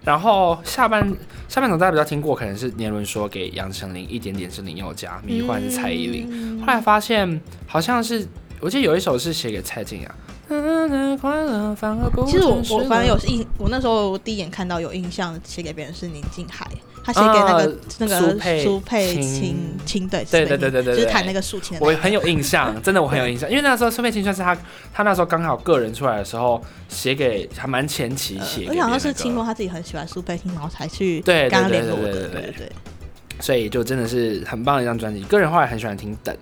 S2: 然后下半下半场大家比较听过，可能是年轮说给杨丞琳，一点点是林宥嘉，迷幻是蔡依林，
S3: 林
S2: 后来发现好像是，我记得有一首是写给蔡健雅。
S3: 嗯
S2: 快乐反而不
S3: 其实我
S2: 真
S3: 我
S2: 实
S3: 反正
S2: 了
S3: 有印，我那时候我第一眼看到有印象写给别人是宁静海，他写给那个、那
S2: 苏
S3: 个
S2: 佩
S3: 苏佩
S2: 青
S3: 青青对
S2: 对
S3: 苏佩
S2: 对对对对
S3: 青就
S2: 对
S3: 是弹那个竖琴的
S2: 我
S3: 那个。
S2: 很有印象，真的我很有印象，因为那时候《苏佩青春》是他他那时候刚好个人出来的时候写给还蛮前期
S3: 呃
S2: 写给
S3: 而
S2: 别
S3: 且好
S2: 人的
S3: 像
S2: 歌、
S3: 是青龙他自己很喜欢苏佩青，然后才去
S2: 对对对
S3: 跟他联络
S2: 对
S3: 的，
S2: 对
S3: 对
S2: 对对
S3: 对
S2: 所以就真的是很棒的一张专辑。个人后来很喜欢听《等》，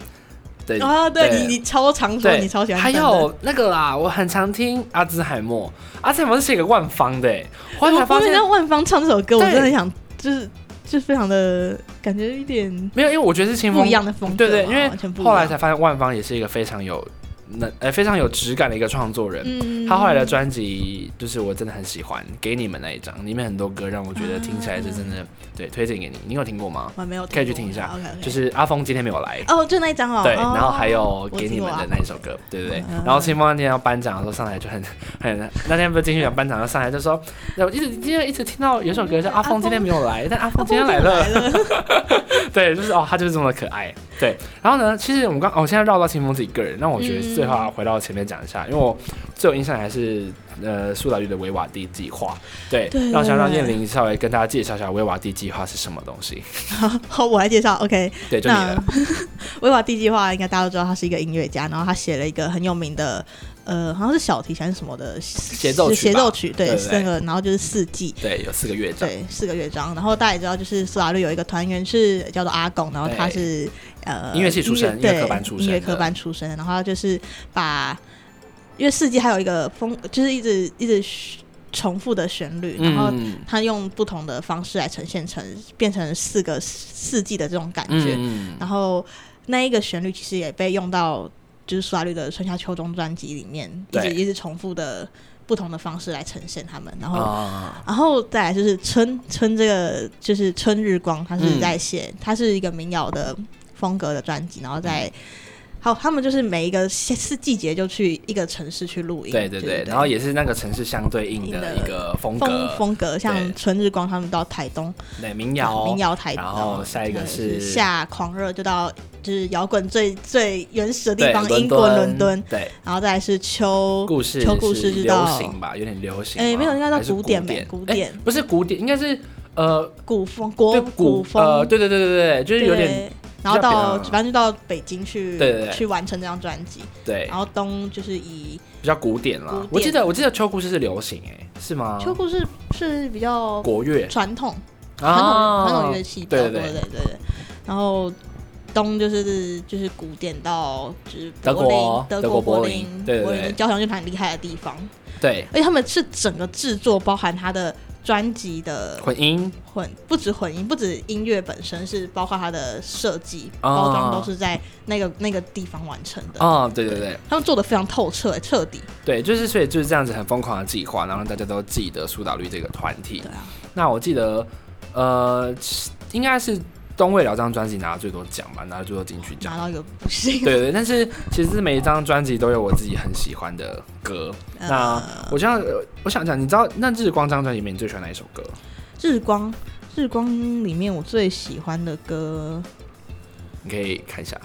S2: 对
S3: 对。啊，对
S2: 对
S3: 你你超常说
S2: 对，
S3: 你超喜欢
S2: 还
S3: 等的，
S2: 有那个啦，我很常听阿兹海默，阿兹海默是写给万芳的欸，后来才
S3: 哎我
S2: 发
S3: 发
S2: 现
S3: 现到万芳唱这首歌，我
S2: 对
S3: 真的想就是就非常的感觉一点
S2: 没有，因为我觉得是清
S3: 不
S2: 风
S3: 一样的风格嘛，
S2: 嗯
S3: 啊
S2: 对对，因为
S3: 完全不一
S2: 后来
S3: 样。
S2: 才发现万芳也是一个非常有能呃非常有质感的一个创作人。
S3: 嗯，
S2: 他后来的专辑就是我真的很喜欢，给你们那一张，里面很多歌让我觉得听起来是真的，对，推荐给你。你有听过吗？
S3: 嗯我还没有
S2: 可以去听一下
S3: OK OK，
S2: 就是阿峰今天没有来，
S3: 哦，就那一张嗯哦，
S2: 对，
S3: 哦
S2: 然后还有
S3: 我
S2: 给你
S3: 听过
S2: 们的
S3: 啊
S2: 那一首歌，对对对
S3: 嗯。
S2: 然后新风那天要颁奖的时候上来就很很，那天不是金曲奖颁奖要上来就说，我一直因为一直听到有首歌叫阿峰今天没有来，但阿峰今天来
S3: 哦
S2: 了， <laughs> 对，就是哦，他就是这么可爱，对。然后呢，其实我们刚哦，现在绕到清风自己个人，那我觉得最
S3: 嗯
S2: 后要啊回到前面讲一下，因为我最有印象还是呃苏打绿的维瓦蒂计划，对
S3: 对，
S2: 让我想让
S3: 对
S2: 燕玲稍微跟大家介绍一下维瓦蒂计划是什么东西，
S3: 好，我来介绍，OK，
S2: 对，就你
S3: 那
S2: 了，
S3: 《维瓦蒂计划》应该大家都知道，他是一个音乐家，然后他写了一个很有名的，呃，好像是小提琴还是什么的协
S2: 奏曲吧
S3: 协奏曲，对，
S2: 对对
S3: 是
S2: 对
S3: 那个，然后就是四季，
S2: 对，有四个乐章，
S3: 对，四个乐章。然后大家也知道，就是苏打绿有一个团员是叫做阿贡，然后他
S2: 对
S3: 是呃
S2: 音乐系出身
S3: 对
S2: 音乐科班出身
S3: 音
S2: 的
S3: 乐科班出身的，然后他就是把因为四季还有一个风，就是一直一直重复的旋律，然后
S2: 嗯
S3: 他用不同的方式来呈现成变成四个四季的这种感觉，
S2: 嗯
S3: 然后那一个旋律其实也被用到就是苏打绿的春夏秋冬专辑里面，一
S2: 对
S3: 直一直重复的不同的方式来呈现他们。然后，
S2: 啊，
S3: 然后再来就是春春这个就是春日光，它是
S2: 嗯
S3: 在写，它是一个民谣的风格的专辑，然后
S2: 嗯
S3: 在。好，他们就是每一个是季节就去一个城市去录音，
S2: 对对对，然后也是那个城市相对应
S3: 应
S2: 的
S3: 的
S2: 一个风
S3: 风
S2: 格，
S3: 风格
S2: 对
S3: 像春日光，他们到台东
S2: 对民谣，
S3: 民，谣台，
S2: 然后下一个是
S3: 是下狂热，就到就是摇滚最最原始的
S2: 对
S3: 地，方，
S2: 伦
S3: 英国伦敦，，
S2: 对，
S3: 然后再来是秋，
S2: 故事
S3: 秋故
S2: 是
S3: 事知
S2: 流
S3: 道
S2: 行吧，有点流行吗，
S3: 哎没有应该叫
S2: 还是
S3: 古
S2: 古
S3: 典吧
S2: 典，
S3: 古
S2: 哎
S3: 典
S2: 不是古典，应该是呃，
S3: 古风
S2: 对
S3: 国
S2: 古
S3: 风，
S2: 呃，对对对对对，就是有点
S3: 对。然后到
S2: 比较
S3: 反正就到北京去，
S2: 对对对
S3: 去完成这张专辑。
S2: 对
S3: 然，后东就是以
S2: 比较古典啦
S3: 古。
S2: 我记
S3: 典
S2: 得我记得秋裤是是流行哎，是吗？
S3: 秋裤是是比较
S2: 国乐
S3: 传统传统
S2: 啊，
S3: 传统乐器比较
S2: 对
S3: 多，
S2: 对对，
S3: 对对对。然后东就是就是古典到就是
S2: 德
S3: 柏林
S2: 国，
S3: 德
S2: 德国
S3: 国
S2: 柏
S3: 柏
S2: 林
S3: 林，
S2: 对对
S3: 柏
S2: 对
S3: 林交响乐团很厉害的地方。
S2: 对
S3: 而且他们是整个制作包含他的专辑的
S2: 混音
S3: 混不止混音，不止音乐本身，是包括它的设计、
S2: 啊
S3: 包装都是在那个那个地方完成的。
S2: 啊，对对对，
S3: 他们做的非常透彻、彻底。
S2: 对，就是所以就是这样子很疯狂的计划，然后让大家都记得苏打绿这个团体
S3: 对。啊，
S2: 那我记得，呃，应该是东未聊这张专辑拿的最多奖吧，拿的最多金曲奖
S3: 拿。到一个不行。
S2: <laughs> 对对，但是其实每一张专辑都有我自己很喜欢的歌。
S3: 呃
S2: 那我这样，呃我想讲，你知道那日光这张专辑里面你最喜欢哪一首歌？
S3: 日光，日光里面我最喜欢的歌
S2: 你可以看一下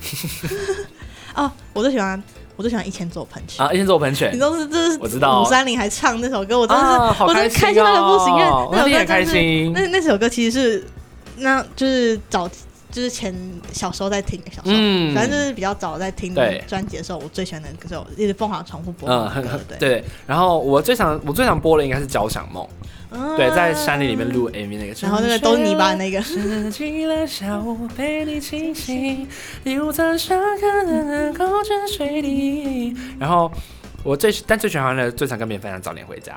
S3: 哦，我最喜欢我最喜欢《一千座喷泉》
S2: 啊，《一千座喷泉
S3: 你》都是这是
S2: 我知道
S3: 五三零还唱那首歌，我真的是、
S2: 啊，好
S3: 我真
S2: 开
S3: 的
S2: 心
S3: 开心到一个
S2: 哦！
S3: 不行，因为
S2: 我那
S3: 那首
S2: 天
S3: 歌
S2: 也开
S3: 真的是
S2: 心。
S3: 那那首歌其实是，那就是早就是前小时候在听，小时候、
S2: 嗯
S3: 反正就是比较早在听
S2: 对
S3: 专辑的时候，我最喜欢的歌手，一直疯狂重复
S2: <laughs>
S3: 播
S2: 嗯，
S3: 放的歌，对
S2: 对，然后我最想我最想播的应该是《交响梦》，
S3: 嗯
S2: 对，在山林里面录 MV 那个。
S3: 然后那个都是泥巴的那个，
S1: 拾起了下午陪你清醒，留在沙滩的那矿泉水里。
S2: 然后我最但最喜欢的最常跟别人分享《早点回家》。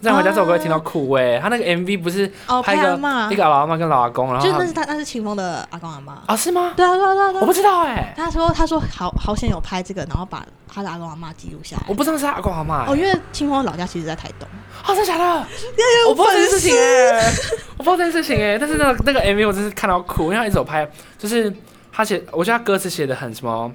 S2: 早点回家之后，我会听到酷味、他那个 MV 不是
S3: 哦，
S2: 拍一
S3: 阿
S2: 个、
S3: 妈，
S2: 一
S3: 就
S2: 个老阿妈跟老阿公，然后
S3: 是
S2: 他
S3: 那
S2: 们
S3: 是他那是秦风的阿公阿妈，
S2: 啊是吗？
S3: 对啊对啊对啊对
S2: 我
S3: 啊
S2: 不。知道哎、
S3: 他说：“他说好好险有拍这个，然后把他的阿公阿妈记录下
S2: 我
S3: 来。
S2: 不知道是阿公阿妈、欸。
S3: 哦，因为清风老家其实在台东，
S2: 啊，真的假的？我不知道这件事情哎、我不知道这件事情哎、但是那个那个 MV 我真是看到哭，因为他一直有拍，就是他写，我觉得他歌词写的很什么。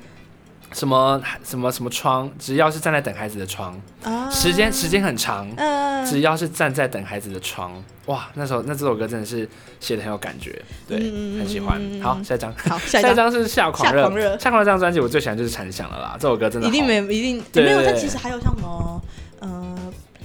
S2: 什么什么什么窗，只要是站在等孩子的窗，
S3: <laughs> 啊，
S2: 时间时，间很长，
S3: 嗯，
S2: 只要是站在等孩子的窗，哇，那首那这首歌真的是写的很有感觉，对，
S3: 嗯
S2: 很喜欢。好，下一张，
S3: 好，下一
S2: 一
S3: 张。”
S2: 张是夏狂热
S3: 夏，狂热
S2: 夏狂热这张专辑我最喜欢就是《残响》了啦，这首歌真的
S3: 一定
S2: 好
S3: 没一定
S2: 对
S3: 没有，
S2: 对
S3: 但
S2: 对
S3: 其实还有像什么呃，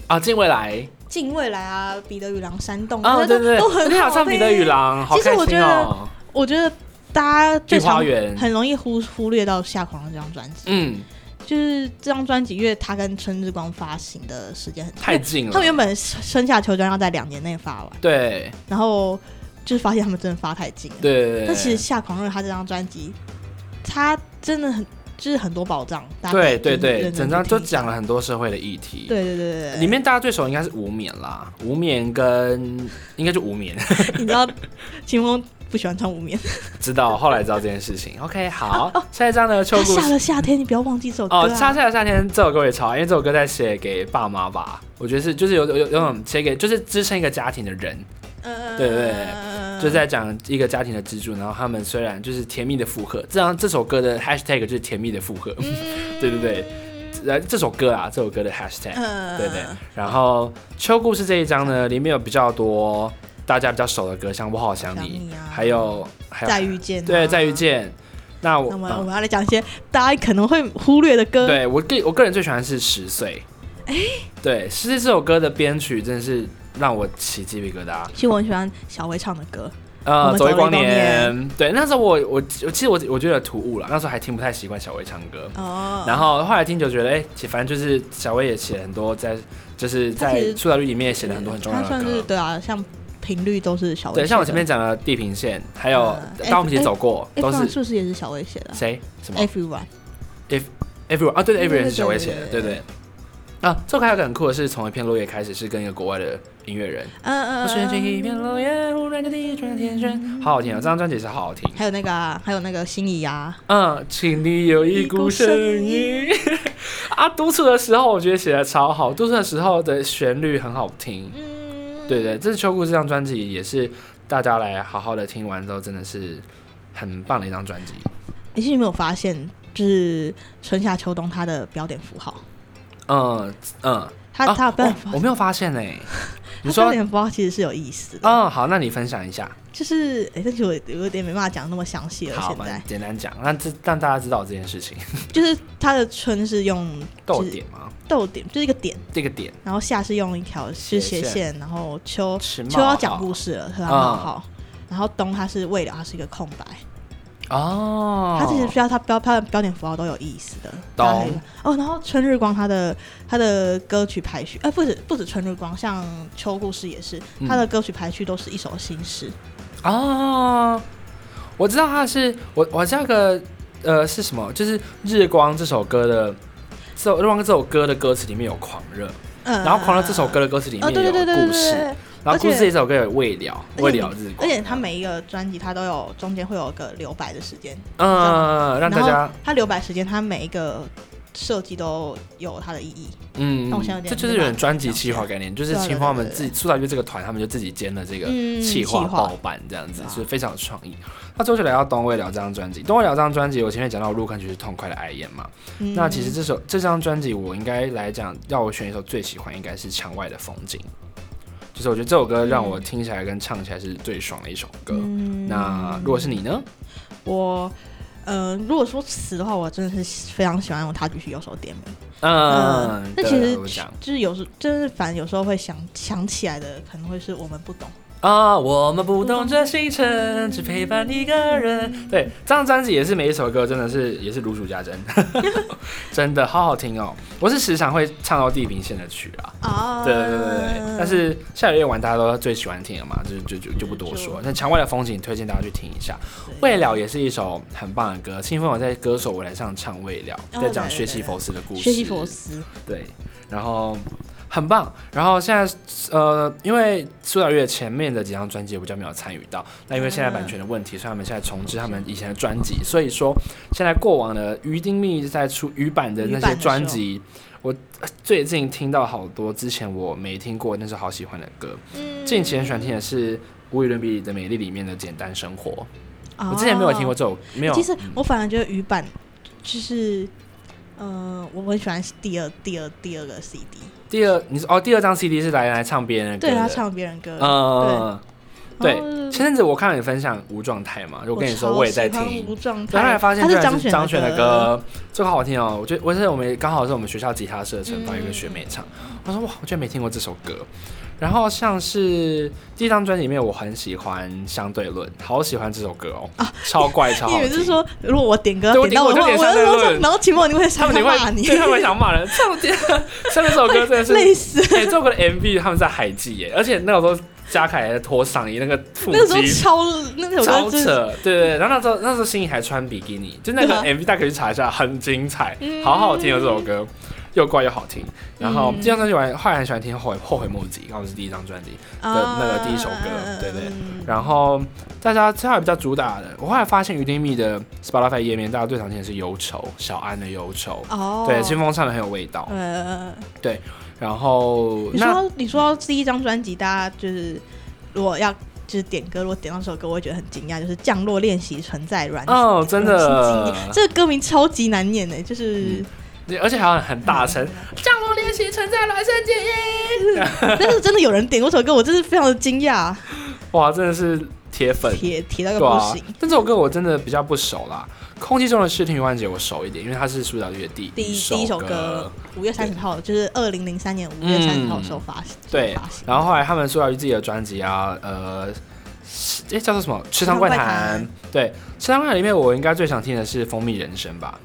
S2: 啊，近未来
S3: 近未来啊，彼得与狼山洞
S2: 啊，对
S3: 都
S2: 对，
S3: 都
S2: 对，
S3: 很
S2: 你好
S3: 好
S2: 唱《彼得与
S3: 听。
S2: 狼》，好
S3: 其实
S2: 开
S3: 我
S2: 心
S3: 觉得
S2: 哦，
S3: 我觉得大家
S2: 《
S3: 最
S2: 御花
S3: 常
S2: 园》
S3: 很容易忽忽略到《夏狂》这张专辑，
S2: 嗯，
S3: 就是这张专辑，因为它跟《春日光》发行的时间很
S2: 太
S3: 近，
S2: 近
S3: 他
S2: 了，
S3: 们原本春夏秋专要在两年内发完，
S2: 对
S3: 然后就是发现他们真的发太近了。
S2: 对对对，
S3: 但其实《夏狂热》他这张专辑，他真的很就是很多保障，大家可以
S2: 对对
S3: 认
S2: 对，
S3: 认真
S2: 整张
S3: 去
S2: 都
S3: 听
S2: 讲了很多社会的议题，
S3: 对对对对对，
S2: 里面大家最熟应该是无冕啦，无冕跟应该就无冕， <laughs>
S3: 你知道秦风不喜欢穿无棉。
S2: 知道，后来知道这件事情。OK，好，下一张呢？秋故
S3: 下
S2: 事
S3: 了夏天，你不要忘记这首歌、啊。
S2: 哦，夏夏的夏天这首歌也超爱，因为这首歌在写给爸妈吧，我觉得是就是有有有有种写给就是支撑一个家庭的人，
S3: 呃，
S2: 对对就在讲一个家庭的支柱，然后他们虽然就是甜蜜的附和，这样这首歌的 hashtag 就是甜蜜的附和，
S3: 嗯
S2: <laughs> 对对对，呃，这首歌啊，这首歌的 hashtag，、
S3: 呃，
S2: 对对。然后秋故事这一章呢，里面有比较多大家比较熟的歌，像我好想
S3: 想
S2: 你
S3: 你，啊
S2: 还有还有
S3: 再遇见、啊
S2: 对再遇。见，那我
S3: 那么
S2: 嗯
S3: 我们要来讲一些大家可能会忽略的歌。，
S2: 对我个我个人最喜欢是《十岁》。哎，对，《十岁》这首歌的编曲真的是让我起鸡皮疙瘩。
S3: 其实我很喜欢小薇唱的歌。我
S2: 呃，
S3: 们
S2: 走一光
S3: 走一光年
S2: 对，那时候我我我其实我我觉得突兀了，那时候还听不太习惯小薇唱歌。
S3: 哦，
S2: 然后后来听就觉得，哎、其反正就是小薇也写了很多在，就是
S3: 她
S2: 在
S3: 其实
S2: 出道率里面也写了很多很重要
S3: 他算
S2: 的
S3: 是
S2: 歌。
S3: 对啊，像频率都是小薇写的。
S2: 对，像我前面讲的《地平线》，还有
S3: 嗯
S2: 《当我们一起走过》，
S3: 哎，
S2: 都
S3: 不然
S2: 是
S3: 是不是也是小薇写的啊
S2: 谁什么
S3: ？Everyone，
S2: Everyone 啊，对对
S3: 哎对对
S2: ，Everyone 是小薇写的，
S3: 对
S2: 对
S3: 对
S2: 对。啊，这首歌还有一个很酷的是，从一片落叶开始，是跟一个国外的音乐人。
S3: 嗯嗯
S2: 我选这一
S3: 嗯
S2: 片落叶，忽然间地转天旋，好好听啊！这张专辑是好好听。
S3: 还有那个啊，还有那个心仪啊，
S2: 嗯，请你有一股声音 <laughs> 啊！独处的时候，我觉得写的超好，独处的时候的旋律很好听。
S3: 嗯，
S2: 对对，这是秋裤这张专辑，也是大家来好好的听完之后，真的是很棒的一张专辑。
S3: 你是有没有发现，就是春夏秋冬它的标点符号，
S2: 嗯嗯，
S3: 它
S2: 啊
S3: 它的标点符
S2: 哦
S3: 号
S2: 我，没有发现呢、
S3: 它
S2: 你
S3: 标
S2: 说，
S3: 点符号其实是有意思的，
S2: 嗯，好，那你分享一下。
S3: 就是哎，但是我有点没办法讲那么详细了，
S2: 好，
S3: 现
S2: 我
S3: 在
S2: 们简单讲，让这让大家知道这件事情。
S3: 就是它的春是用
S2: 逗
S3: 就是
S2: 点吗？
S3: 逗点，就是一个点，
S2: 这个点，
S3: 然后夏是用一条是斜
S2: 斜线
S3: 线，然后秋
S2: 吃
S3: 秋要
S2: 冒
S3: 讲
S2: 号
S3: 故事了，和它
S2: 嗯
S3: 冒号。然后冬它是未了，它是一个空白，
S2: 哦，
S3: 它其实需要它标它的标点符号都有意思的。
S2: 懂
S3: 大家可以哦，然后春日光它的它的歌曲排序，呃，不止不止春日光，像秋故事也是，
S2: 嗯
S3: 它的歌曲排序都是一首新诗。
S2: 哦，我知道他是我我这个呃是什么？就是《日光》这首歌的。这首《日光》这首歌的歌词里面有狂热，
S3: 嗯，
S2: 然后狂热这首歌的歌词里
S3: 哦，
S2: 面
S3: 对对
S2: 有
S3: 对对
S2: 故
S3: 对
S2: 事，
S3: 对，
S2: 然后故
S3: 而
S2: 事
S3: 且
S2: 这首歌有未了，未了日
S3: 而
S2: 光，
S3: 且它每一个专辑它都有中间会有个留白的时间，
S2: 嗯，让
S3: 然
S2: 大
S3: 后
S2: 家
S3: 它留白时间，它每一个设计都有它的意义。
S2: 嗯
S3: 那我现在有，点
S2: 这就是有点专辑企划概念，就是
S3: 对啊对
S2: 清
S3: 对
S2: 华
S3: 对
S2: 们
S3: 对
S2: 自己出来就这个团，他们就自己兼了这个
S3: 嗯
S2: 企
S3: 企
S2: 划
S3: 划
S2: 包办这样子
S3: 对，啊
S2: 是非常有创意。那最后就聊到《东未了》这张专辑，《东未了》这张专辑，我前面讲到入坑曲是痛快的爱宴嘛，
S3: 嗯
S2: 那其实这首这张专辑，我应该来讲，要我选一首最喜欢，应该是《墙外的风景》，就是我觉得这首歌让我听起来跟唱起来是最爽的一首歌。
S3: 嗯
S2: 那如果是你呢？
S3: 我。呃，如果说词的话，我真的是非常喜欢用它继续有手点名。
S2: 嗯，
S3: 那
S2: 对
S3: 其
S2: 了
S3: 实
S2: 我讲
S3: 就是有时，真是反正有时候会想想起来的，可能会是我们不懂。
S2: 啊，我们不懂这星辰，只陪伴一个人。对，这张专辑也是每一首歌真的是也是如数家珍，
S3: <laughs>
S2: 真的好好听哦。我是时常会唱到地平线的曲啊。
S3: 啊
S2: 对对对对对，但是下个月玩大家都最喜欢听了嘛，就就就就不多说。那墙外的风景推荐大家去听一下，《未了》也是一首很棒的歌。清风有在歌手舞台上唱《未了》，
S3: 哦
S2: 在讲
S3: 对对
S2: 学习佛斯的故事。
S3: 学习佛斯，
S2: 对，然后很棒。然后现在呃，因为苏打乐前面的几张专辑我比较没有参与到，那因为现在版权的问题，所以他们现在重置他们以前的专辑，所以说现在过往的于丁密在出语版的那些专辑。我最近听到好多之前我没听过，但是好喜欢的歌。
S3: 嗯
S2: 近期很喜欢听的是无与伦比的美丽里面的简单生活。我之前没有听过这首，没有。嗯
S3: 哦其实我反而觉得鱼版就是，呃，我很喜欢第二第二第二个 CD，
S2: 第二，你说哦，第二张 CD 是来来唱别人的歌
S3: 对
S2: 的，
S3: 他唱别人歌，
S2: 嗯，对
S3: 然后，
S2: 前阵子我看到你分享无状态嘛，就我跟你说
S3: 超
S2: 我也在
S3: 喜欢
S2: 听
S3: 无，状态，
S2: 然后后来发现
S3: 他
S2: 居
S3: 是
S2: 然是
S3: 选
S2: 张悬
S3: 的
S2: 的，歌，这个好好听哦。我觉得我是我们刚好是我们学校吉他社成发有一个学妹唱，
S3: 嗯
S2: 我说哇，我居然没听过这首歌。然后像是第一张专辑里面，我很喜欢《相对论》，好喜欢这首歌哦，超怪超
S3: 啊你
S2: 好
S3: 以为是
S2: 听。
S3: 说如果我点歌
S2: 对我
S3: 点到我的话，
S2: 点
S3: 我
S2: 我就点
S3: 要
S2: 相对论
S3: 然后秦梦你会
S2: 他
S3: 上
S2: 们
S3: 来
S2: 你会
S3: 骂
S2: <laughs>
S3: 你，
S2: 对他们会想骂人，唱这像这首歌真的
S3: <laughs>
S2: 是
S3: 累死。
S2: <laughs> 哎、这首歌的 MV 他们在海记耶，而且那个时候嘉凯还在脱上衣，那个腹
S3: 那个时候
S2: 肌
S3: 超那首
S2: 超
S3: 歌
S2: 扯
S3: 真的，
S2: 对对对。然后那时候那
S3: <laughs>
S2: 时候心怡还穿比基尼，就那
S3: 对
S2: 个
S3: 啊
S2: MV 大家可以去查一下，很精彩
S3: 嗯，
S2: 好好听的这首歌。又怪又好听。然后这张专辑我还后来很喜欢听《后悔后悔莫及》，刚好是第一张专辑。
S3: 啊
S2: 那个第一首歌对对
S3: 嗯
S2: 然后大家这还比较主打的，我后来发现于丁密的 Spotify 页面，大家最常听的是忧愁，小安的忧愁。
S3: 哦，
S2: 对，清风唱的很有味道。
S3: 呃，
S2: 然后
S3: 你
S2: 那
S3: 说你说第一张专辑，大家就是如果要就是点歌，如果点到这首歌，我会觉得很惊讶，就是《降落练习存在软体》
S2: 哦，真的，
S3: 这个歌名超级难念呢，
S2: 嗯
S3: 就是，
S2: 对而且还有很大声，
S3: 嗯
S2: 降落练习存在孪生基因。
S3: <laughs> 但是真的有人点过这首歌，我真是非常的惊讶，
S2: 哇，真的是铁 <laughs> 粉，
S3: 铁铁到一
S2: 对
S3: 个不
S2: 啊
S3: 行。。
S2: 但这首歌我真的比较不熟啦，《空气中的视听万节》我熟一点，因为它是苏打绿的第
S3: 第一
S2: 首
S3: 第一首歌，五月三十号，就是二零零三年五月三十号首发，
S2: 嗯对
S3: 首发行，
S2: 然后后来他们苏打绿自己的专辑啊，呃，诶，叫做什么《池塘怪
S3: 池塘
S2: 谈
S3: 怪》？
S2: 对，《池塘怪谈》里面我应该最想听的是《蜂蜜人生》吧，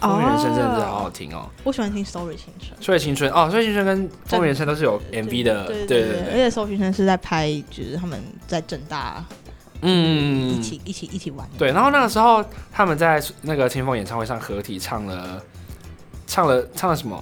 S2: 《蜂蜜人生》真的是好好
S3: 哦，
S2: 听哦，
S3: 我喜欢听《Story 青春
S2: 《岁月青春》哦，《岁月青春》跟《蜂蜜人生》都是有》MV 的，
S3: 对
S2: 对
S3: 对，而且《Story 青春》是在拍，就是他们在正大
S2: 嗯，
S3: 一起一起一起玩，
S2: 对，然后那个时候他们在那个清风演唱会上合体唱了，唱了唱了什么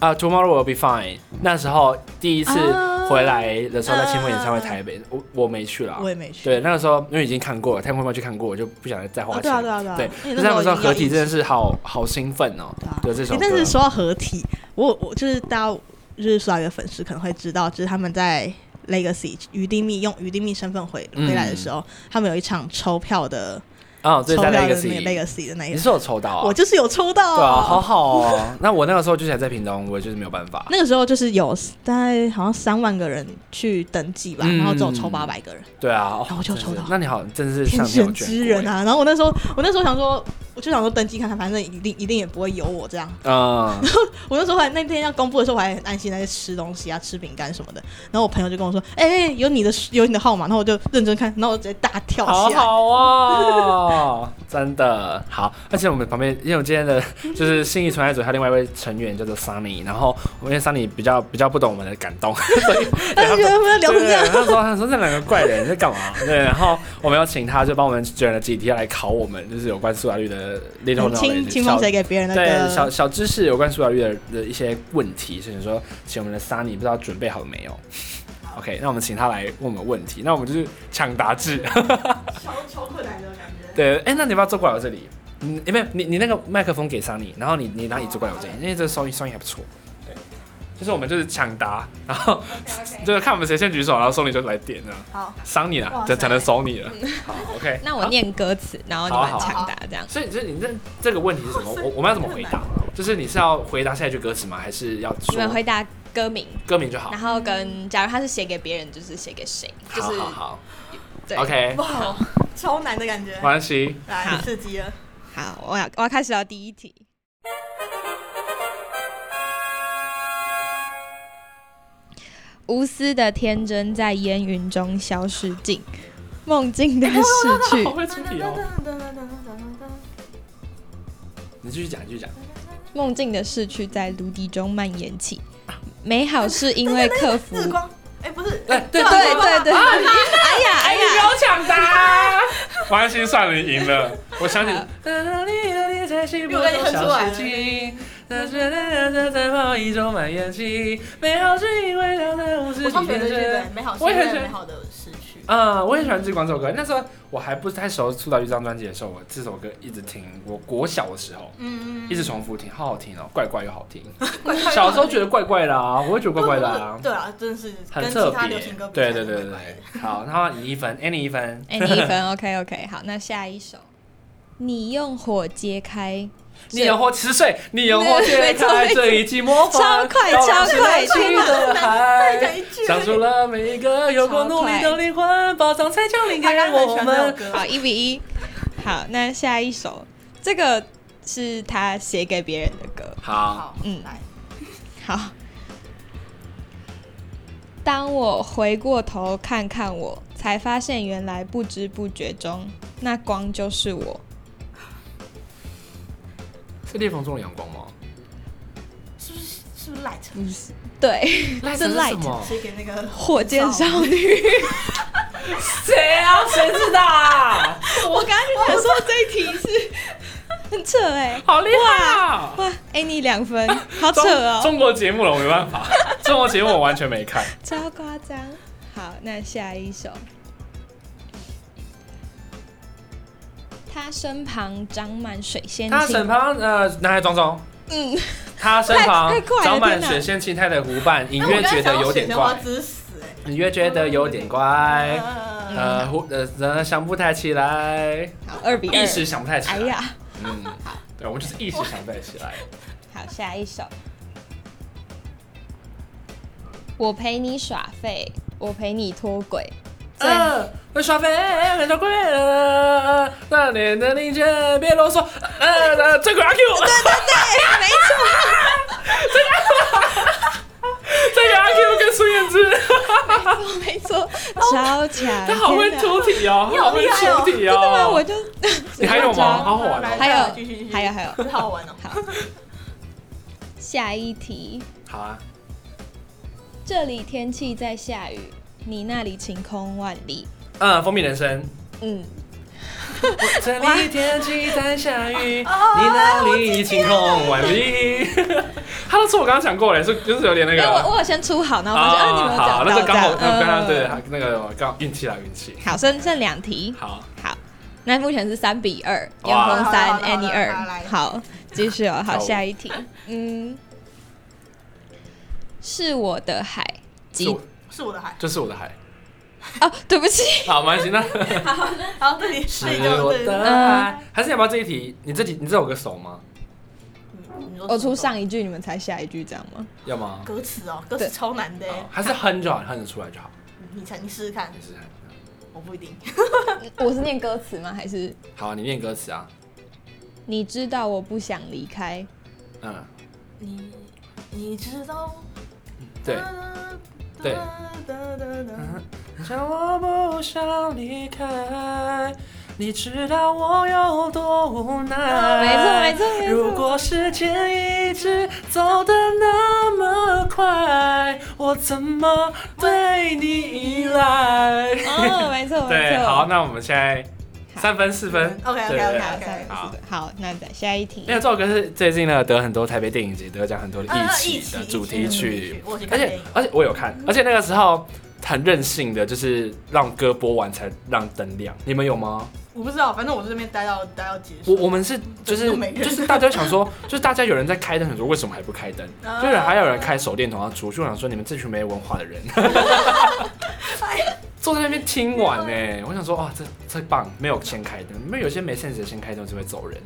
S2: 啊？Tomorrow will be fine。那时候第一次
S3: 啊
S2: 回来的时候，在清风演唱会台北，我我没去啦
S3: 我。也没去，
S2: 对，那个时候因为已经看过了，太空漫去看过，我就不想再花
S3: 哦，
S2: 钱。
S3: 对啊对啊对啊，
S2: 对
S3: 因为
S2: 但是他们
S3: 时
S2: 说
S3: 候
S2: 合体真的
S3: 是，
S2: 是好好兴奋哦
S3: 对啊。
S2: 对这首歌，
S3: 诶但是说到合体，我我就是大家就是苏打绿的粉丝可能会知道，就是他们在 Legacy 于丁密用于丁密身份回
S2: 嗯
S3: 回来的时候，他们有一场抽票的
S2: 啊，
S3: 抽
S2: 对，
S3: 票
S2: 在
S3: 的
S2: 那
S3: 那个
S2: 个
S3: Legacy 的那
S2: 你
S3: 个，
S2: 是有抽到啊？
S3: 我就是有抽到
S2: 对啊，好好哦。那我那个时候就想在屏东，我就是没有办法。
S3: 那个时候就是有大概好像三万个人去登记吧，
S2: 嗯
S3: 然后只有抽八百个人，
S2: 对啊，
S3: 然后
S2: 哦，
S3: 我就
S2: 真
S3: 抽
S2: 是
S3: 到
S2: 那你好，真是
S3: 天
S2: 上天有
S3: 选
S2: 眷
S3: 之
S2: 顾
S3: 人啊！然后我那时候，我那时候想说，我就想说登记看看，反正一定一定也不会有我这样。
S2: 欸！嗯，
S3: 我那时候还那天要公布的时候，我还很安心在吃东西啊，吃饼干什么的。然后我朋友就跟我说：“哎、哎有你的有你的号码。”然后我就认真看，然后我直接大
S2: <laughs>
S3: 跳
S2: 好
S3: 起来。
S2: 好哦， <laughs> 真的好。而且我们旁边，因为我今天的就是信义存爱组，还有另外一位成员叫做 Sunny，然后我因为 Sunny 比较比较不懂我们的感动， <laughs> 所以
S3: 但是觉得 <laughs> 他们聊成这样，
S2: 对他说他说这两个怪人在干嘛？对，然后我们要请他就帮我们选了几题要来考我们，就是有关苏打绿的 little
S3: 很
S2: knowledge，
S3: 清清
S2: 小
S3: 风谁给别人的
S2: 对小
S3: 歌？
S2: 小知识有关苏打绿的的一些问题，所以说请我们的 Sunny 不知道准备好了没有？OK，那我们请他来问我们问题，那我们就是抢答制。 <laughs>
S3: 超超困难的感觉。
S2: 对，哎、那你要不要坐过来我这里？嗯，因为你你那个麦克风给上你，然后你你拿椅子过来我这里，因为这收音收音还不错。对，就是我们就是抢答，然后就是看我们谁先举手，然后送你就来点这样。啊
S3: 好，
S2: 伤你了
S3: 哇，
S2: 才
S3: 塞嗯
S2: 才能收你了。好，OK。
S4: 那我念歌词，然后你
S2: 好好
S4: 们抢答这样。
S2: 所以，所以你这这个问题是什么？我我们要怎么回答？就是你是要回答下一句歌词吗？还是要
S4: 你们
S2: 说
S4: 回答歌名，
S2: 歌名就好
S4: 然？后跟假如他是写给别人，就是写给谁，就
S2: 好
S4: 是
S2: 好好
S4: 对。
S2: ，OK，
S3: 哇，超难的感觉
S2: 没，关系。
S3: 来
S4: 好
S3: 刺激了。
S4: 好，我要我要开始了第一题。无私的天真在烟云中消逝尽，梦境的逝
S2: <laughs>
S4: 去
S2: 好。会出题哦。你继续讲，继续讲。
S4: 梦境的逝去在芦笛中蔓延起，美好是因为
S2: <laughs>
S4: 克服。
S3: 日光，哎，不是，
S2: 哎，对
S4: 对对
S2: <laughs>
S4: 对，哎呀
S2: 啊
S4: 哎
S2: 你不
S4: 呀，
S2: 要抢答，关心算了，你赢了。我相信
S4: 好。
S2: 我
S3: 我已经哼出来了
S2: <laughs>
S3: 我超喜欢这句的，美好是
S2: 我也很
S3: 因
S2: 喜
S3: 为
S2: 欢
S3: 美好的逝去。
S2: 嗯，我也喜欢这广这首歌。那时候我还不太熟出道这张专辑的时候，我这首歌一直听。我国小的时候
S3: 嗯
S2: 一直重复听，好好听哦，怪怪又好听。
S4: 嗯
S2: <laughs> 小时候觉得怪怪的啊，我会觉得怪怪的啊，
S3: 对啊，真的是
S2: 很
S3: 跟
S2: 特
S3: 其他
S2: 别
S3: 流行歌。比起来
S2: 对对对
S3: 怪
S2: 对
S3: 怪的
S2: 对，好，然后你一分，哎你一分，
S4: 哎，你一 <laughs> 分，OK OK，好，那下一首，你用火揭开，
S2: 你有活十岁，你有活揭
S4: 没错
S2: 开
S4: 没错
S2: 这一季魔法，
S4: 超快
S2: 到了
S4: 超快
S2: 失去的
S3: 讲
S2: 海，
S3: 一句
S2: 唱出了每一个有过努力的灵魂，宝藏才降临给我们。
S4: 好，一比一。好，那下一首，这个是他写给别人的歌。
S2: 好，
S3: 好，
S4: 嗯
S3: 来，
S4: 好，当我回过头看看我，才发现原来不知不觉中，那光就是我。
S2: 是裂缝中的阳光吗？
S3: 是不是是不是 light？
S4: 对， <laughs>
S2: 赖
S4: 这
S2: 是什
S4: light
S2: 么？
S3: 谁给那个
S4: 火箭少女。
S2: 谁啊？谁知道啊？
S4: <laughs> 我刚刚就想说这一题是，很扯哎、
S2: 好厉害啊！
S4: 哇，哎、你两分，好扯哦，
S2: 中国节目了，我没办 <laughs> 法，中国节目我完全没看。
S4: 超夸张。好，那下一首。他身旁长满水仙
S2: 他身
S4: 青，
S2: 旁呃，男孩装装，
S4: 嗯，
S2: 他身旁
S4: 太太快了
S2: 长满
S4: 天哪哎
S2: 水仙青苔的湖畔，隐
S3: <laughs> 那我
S2: 约
S3: 刚
S2: 觉得
S3: 才想到
S2: 有点
S3: 水仙花
S2: 怪，
S3: 之死哎
S2: 隐约觉得有点怪。
S4: 嗯
S3: 呃
S2: 呃，湖呃呃，想不太起来，
S4: 好，二比二。
S2: 一时想不太起
S4: 哎
S2: 来。
S4: 呀，
S2: 嗯，对，我们就是一时想不太起来。
S4: 好，下一首。我陪你耍废，我陪你脱轨。最
S2: 嗯，我耍飞很多贵了，那年的你千别啰嗦，呃呃，最贵阿 Q，对对对，没错，这个阿 Q 跟孙燕姿，
S4: 没错，超强，
S2: 他哎好会
S4: 天哪
S2: 出题哦，好会出题
S4: 真的吗？我
S2: 哦， <laughs>
S4: 就
S2: 你还有吗？好好玩
S3: 来
S2: 哦。
S4: 还有
S3: 继续继续
S4: 还有还有
S3: 很好玩哦。
S4: 好，下一题，
S2: 好啊，
S4: 这里天气在下雨，你那里晴空万里。
S2: 嗯，蜂蜜人生，
S4: 嗯，
S2: 这里天气在下雨，你那里晴空万里。 <laughs> 他的错我刚刚讲过了，是就是有点那
S4: 因为
S2: 个。
S4: 我我有先出好，然后发现，啊，你们有
S2: 哦
S4: 讲
S2: 好，
S4: 到，
S2: 那就刚好，
S4: 这样
S2: 那刚刚
S4: 嗯
S2: 对，那个刚运气啦，运气。
S4: 好，剩剩两题，
S2: 好，
S4: 好，那目前是三比二，
S2: 哇
S4: 杨红
S3: 好
S4: 三
S3: 了好了
S4: ，Annie
S3: 好了
S4: 二
S3: 来，
S4: 好，继续哦，好，
S2: 啊好
S4: 下一题，嗯，是我的海，
S2: 是
S4: 极
S2: 我，
S3: 是我的海。
S2: 这是我的海。
S4: 哦，对不起，
S2: 好，没关
S4: <laughs>
S2: 系，那
S3: 好，这里这里
S2: 是
S3: 就
S2: 我
S3: 这里
S2: 的
S4: 嗯
S2: 爱。还是你要不要这一题？你这题你这首歌熟吗？
S3: 嗯你说
S4: 我出上一句，你们猜下一句，这样吗？
S2: 要吗？
S3: 歌词哦，歌
S4: 对
S3: 词超难的哎。
S2: 好还是哼就好，哼得出来就好。
S3: 你才你试试看
S2: 你，试试看。
S3: 我不一定。
S4: 我是念歌词吗？还是
S2: 好，你念歌词啊。
S4: 你知道我不想离开？
S2: 嗯，
S3: 你你知道？
S2: 对。对嗯像我不想离开，你知道我有多无
S3: 啊
S2: 奈。
S4: 哦没错没错没错
S2: 如果时间一直走得那么快，我怎么对你依赖？
S4: 哦，没错，没
S2: <laughs> 对，
S4: 错，
S2: 好，那我们现在三分四分。
S3: OK
S2: 对
S3: OK
S2: 对对
S3: OK
S4: 好，下
S3: OK
S4: 一。题，好，那再下一题
S2: 因，为这首歌是最近呢得很多台北电影节得奖很多的
S4: 呃
S3: 啊
S2: 一起
S3: 一起
S2: 的主题
S3: 一起
S2: 曲
S3: 我有去，
S2: 而
S3: 看电
S2: 且
S3: 影嗯
S2: 而且我有看，而且那个时候很任性的，就是让歌播完才让灯亮。你们有吗？
S3: 我不知道，反正我是这边待到待到结
S2: 我
S3: 束。
S2: 我们是就是
S3: 没人
S2: 就是大家想说，就是大家有人在开灯，想说为什么还不开灯？
S3: <laughs> 啊
S2: 就是还有人开手电筒要出去，我想说你们这群没文化的
S3: <laughs>
S2: 人，坐在那边听完
S3: 啊
S2: 呢，我想说哦哇，这这棒没有先开灯，你们有些没 sense 的先开灯就会走人。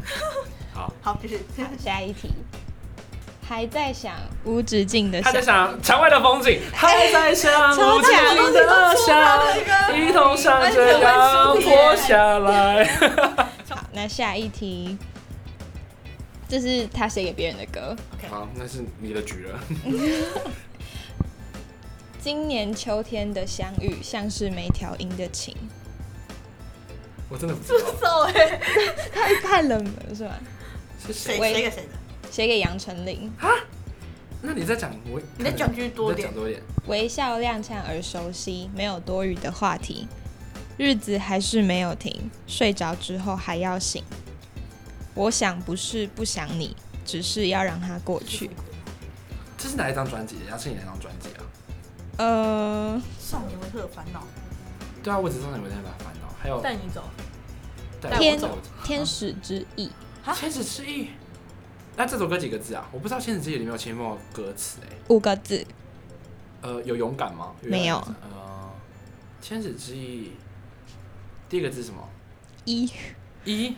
S2: 好，
S3: 好，继 <laughs> 续。
S4: 好，下一题，还在想无止境的
S2: 他
S4: 想
S2: 在。想墙外的风景，还在想无止境的想，一同向着阳坡下来。
S4: 好，那下一题，这是他写给别人的歌。
S2: 好，那是你的局了。
S4: 今年秋天的相遇，像是没调音的琴，
S2: 我真的不知道
S3: 走哎，
S4: 太 <laughs> 太冷门是吧？
S2: 是
S3: 谁
S2: 谁。
S4: 喂
S3: 谁给谁的？
S4: 写给杨丞琳，
S2: 那你再讲我，
S3: 你再讲句多
S2: 你再
S3: 点
S2: 讲。多一点。
S4: 微笑踉跄而熟悉，没有多余的话题，日子还是没有停，睡着之后还要醒。我想不是不想你，只是要让它过去。
S2: 这是哪一张专辑？杨丞琳哪一张专辑啊？
S4: 呃，
S3: 少年维特的烦恼，
S2: 对啊，我只知道你们在把烦恼，还有
S3: 带你走。
S2: 带
S3: 我
S4: 天
S3: 走
S4: 天使之翼，
S2: 啊天使之翼。那这首歌几个字啊？我不知道《天使之翼》里面有前面有歌词哎、
S4: 五个字，
S2: 呃，有勇敢吗？
S4: 没有
S2: 呃，《天使之翼》第一个字是什么？
S4: 一
S2: 一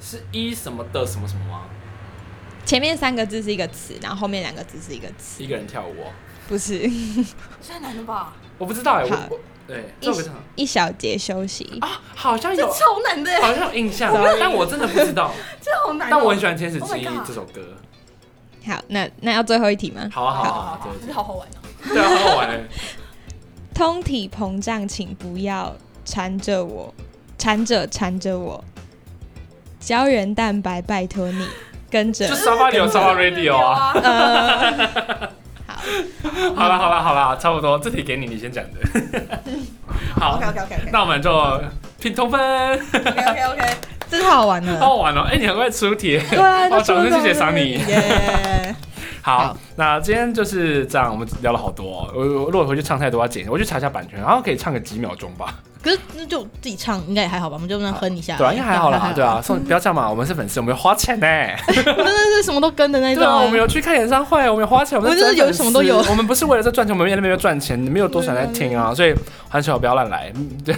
S2: 是一什么的什么什么吗？
S4: 前面三个字是一个词，然后后面两个字是一个词，
S2: 一个人跳舞哦、
S4: 不是
S3: 太难了吧？
S2: 我不知道哎、
S4: 好
S2: 我我对
S4: 一
S2: 这首歌唱
S4: 一小节休息。
S2: 啊，好像
S3: 这
S2: 有，
S3: <laughs> 超难的
S2: 好
S3: 哎，
S2: 像有印象，但我真的不知道。
S3: 这好难哦。
S2: 但我很喜欢《天使之翼
S3: Oh my》god
S2: 这首歌，
S4: 好，那那要最后一题吗？
S2: 好啊好啊好
S3: 好
S2: 啊
S3: 好，
S2: 对
S3: 好，好好玩哦。
S2: 对啊，好好玩哎、
S4: 通体膨胀，请不要缠着我，缠着缠着我。胶原蛋白，拜托你跟着
S2: 就。沙发里有沙发 radio 啊。
S3: <laughs> 啊，
S4: 呃，好，
S2: 好了好了好了，差不多，这题给你，你先讲的。好
S3: OK，OK，OK，OK
S2: 那我们就拼通分。
S3: OK OK OK，
S4: 这太好玩
S3: <laughs>
S4: 了。
S2: 好玩哦！哎、你很会出题。
S4: 对啊，
S2: 好
S4: 就
S2: 掌声
S4: 出这种
S2: 谢谢
S4: 东西
S2: Sunny
S4: 耶
S2: 好
S4: 好，
S2: 那今天就是这样，我们聊了好多、哦。我我如果回去唱太多要剪，我去查一下版权，然后可以唱个几秒钟吧。
S3: 可是那就自己唱应该也还好吧，我们就那哼一下。
S2: 对啊，应该还好啦。对，啊，送不要这样嘛，我们是粉丝，我们有花钱呢、
S3: <laughs> 哎我真的是什么都跟的那
S2: 对
S3: 种。
S2: 啊，我们有去看演唱会，我们有花钱，我们
S3: 我们就是有
S2: 真粉丝
S3: 什么都有嗯
S2: 我们不是为了这赚钱，我们也没有赚钱，没有多少人在听啊，所以环球不要乱来。 <laughs> 嗯对，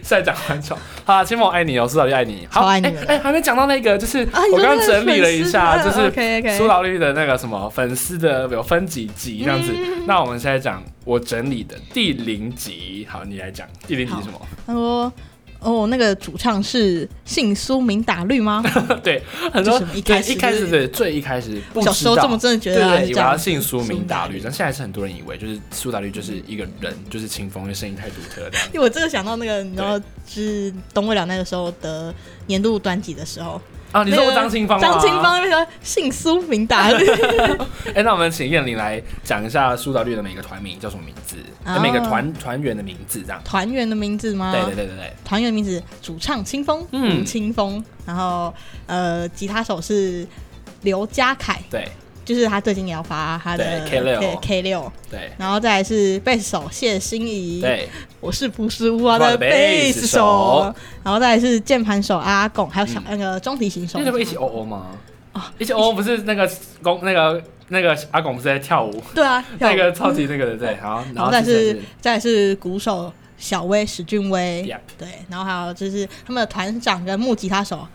S2: 再讲环球。好啦，亲们我爱你哦，苏老弟爱你，好
S3: 超爱你
S2: 哎
S3: 们
S2: 哎，还没讲到那个，就是
S3: 啊你
S2: 我
S3: 说
S2: 刚刚
S3: 那个
S2: 整理了一下，
S3: 粉
S2: 就
S3: 丝
S2: 是
S3: 啊的 OK，OK
S2: 苏老弟的那个什么粉丝的有分几集这样子。
S3: 嗯
S2: 那我们现在讲我整理的第零集，好，你来讲第零集是什么？
S3: 他说。哦，那个主唱是姓苏名打绿吗？
S2: 对，很多
S3: 就是我们一
S2: 对
S3: 开始
S2: 一开
S3: 就
S2: 始
S3: 是
S2: 对最一开始 <laughs> 不知
S3: 小
S2: 道，
S3: 时候这么真的觉得啊
S2: 对
S3: 是
S2: 对，以为
S3: 这样
S2: 他姓苏名大
S3: 苏
S2: 律，
S3: 打绿
S2: 但现在还是很多人以为就是苏打绿就是一个人，就是清风，因为声音太独特这样。
S3: 因为我这个想到那个，你知道，就是东未了那个时候得年度专辑的时候，
S2: 啊，你
S3: 那
S2: 说
S3: 个
S2: 我张清芳吗？
S3: 张清芳那边说姓苏名
S2: <laughs>
S3: 打绿，
S2: 哎、那我们请燕玲来讲一下苏打绿的每个团名叫什么名字，哎
S3: 哦
S2: 每个团团员的名字这样。
S3: 团员的名字吗？
S2: 对对对对对，
S3: 团员名字主唱清风，
S2: 嗯
S3: 吴清风，然后呃，吉他手是刘家凯，
S2: 对
S3: 就是他最近也要发他的
S2: 对 K6
S3: K 六，
S2: 对
S3: 然后再来是贝斯手谢欣怡，
S2: 对
S3: 我是朴实无华
S2: 我的
S3: 的
S2: 贝
S3: 贝
S2: 斯
S3: 斯
S2: 手
S3: 手，然后再来是键盘手阿贡，还有小、
S2: 嗯
S3: 那个中提琴手
S2: 那，时候一起哦哦吗？一起哦哦不是那个公那个那个阿拱不是在跳舞，
S3: 对啊，
S2: 那
S3: 有
S2: 个超级那个的对，好，然
S3: 然后
S2: 后
S3: 再
S2: 接下
S3: 哦是
S2: 来
S3: 再是鼓手小威史俊威
S2: Yep
S3: 对，然后还有就是他们的团长跟木吉他手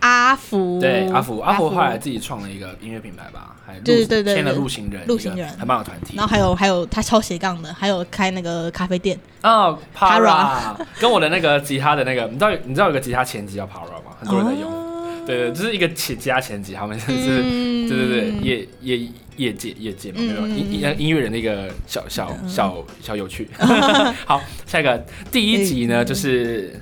S3: 阿福，
S2: 对阿福，阿福后来自己创了一个音乐品牌吧，还路
S3: 对对对对
S2: 签了路行人，
S3: 路行人
S2: 一个很棒的团体。
S3: 然后还有还有他超斜杠的，还有开那个咖啡店，
S2: 啊 p a r a
S3: Para
S2: 跟我的那个吉他的那个，你知道你知道有个吉他前级叫 Para 吗？很多人在用。
S3: 哦
S2: 对对，就是一个前吉他前级，他们就是、
S3: 嗯
S2: 对对对，业业业界业界嘛，
S3: 嗯
S2: 没有音音音乐人的一个小小小小有趣。 <laughs> 好，下一个第一集
S3: 哎
S2: 呢，
S3: 嗯
S2: 就是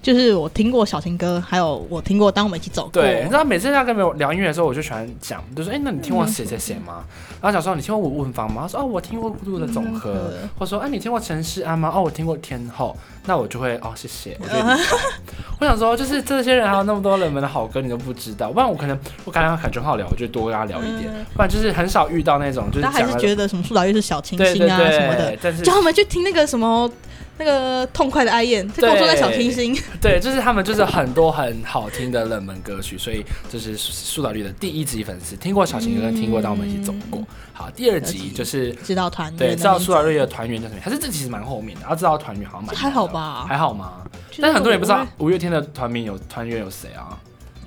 S3: 就是我听过小情歌，还有我听过当我们一起走过，
S2: 对，你知道每次要跟朋友聊音乐的时候，我就喜欢讲，就说哎、那你
S3: 嗯
S2: 听过谁谁谁吗？然后小时候你听过吴文芳吗？他说哦，我听过孤独的总和，
S3: 嗯嗯
S2: 或者说哎、你听过陈势安吗？哦，我听过天后，那我就会哦，谢谢，我觉
S3: 嗯
S2: 得你懂。 <laughs> 我想说，就是这些人还有那么多冷门的好歌，你都不知道，不然我可能我感觉很很好聊，我就多跟他聊一点，
S3: 嗯
S2: 不然就是很少遇到那种就是
S3: 他
S2: 讲
S3: 还是
S2: 那种
S3: 觉得什么苏打绿是小清
S2: 对
S3: 新
S2: 对
S3: 啊什么
S2: 对
S3: 的，，
S2: 但是
S3: 叫他们去听那个什么那个痛快的爱宴，他跟我说在小清新，
S2: 对，就是他们就是很多很好听的冷门歌曲，所以就是苏打绿的第一集粉丝听过小情歌，跟听过，但我们一起走过。好，第二集就是。
S3: 知道团
S2: 对，
S3: 员
S2: 知道
S3: 的
S2: 苏打绿的团员叫什么？还是这其实蛮后面的，要知道团员好像蛮
S3: 还好吧
S2: 还好吗？
S3: 就是
S2: 但是很多人不知道
S3: 我
S2: 五月天的团名有团员有谁啊？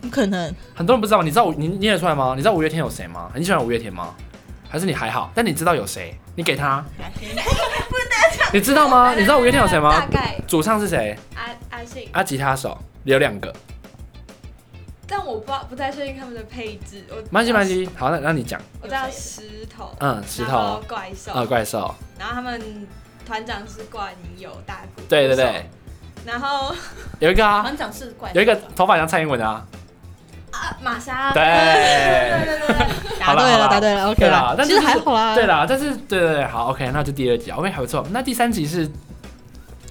S3: 不可能，
S2: 很多人不知道，你知道你你也出来吗？你知道五月天有谁吗？你喜欢五月天吗？还是你还好？但你知道有谁？你给
S4: <laughs>
S2: 他，你知道吗？你知道五月天有谁吗
S4: 大？概
S2: 主唱是谁？
S4: 阿阿信，
S2: 啊，吉他手有两个，
S4: 但我不知道不太确定他们的配置。我
S2: 没
S3: 啊
S2: 关系，没关系。好，那那你讲，
S4: 我知道石头，
S2: 嗯，石
S4: 然后
S2: 头，
S4: 怪兽，
S2: 呃，怪兽，
S4: 然后他们团长是冠友大鼓，
S2: 对对对，，
S4: 然后
S2: 有一个啊，
S3: 长是怪
S2: 有一个头发像蔡英文的啊，
S4: 啊玛莎，
S2: 对。
S4: 对对对对，
S2: 好啦
S3: 答对
S2: 好啦
S3: 了，答对了，OK
S2: 对啦
S3: 了，
S2: 但
S3: 其
S2: 就
S3: 实
S2: 是
S3: 还好啦，
S2: 对，啦，但是对对对，好，OK，那就第二集，OK 啊还不错。那第三集是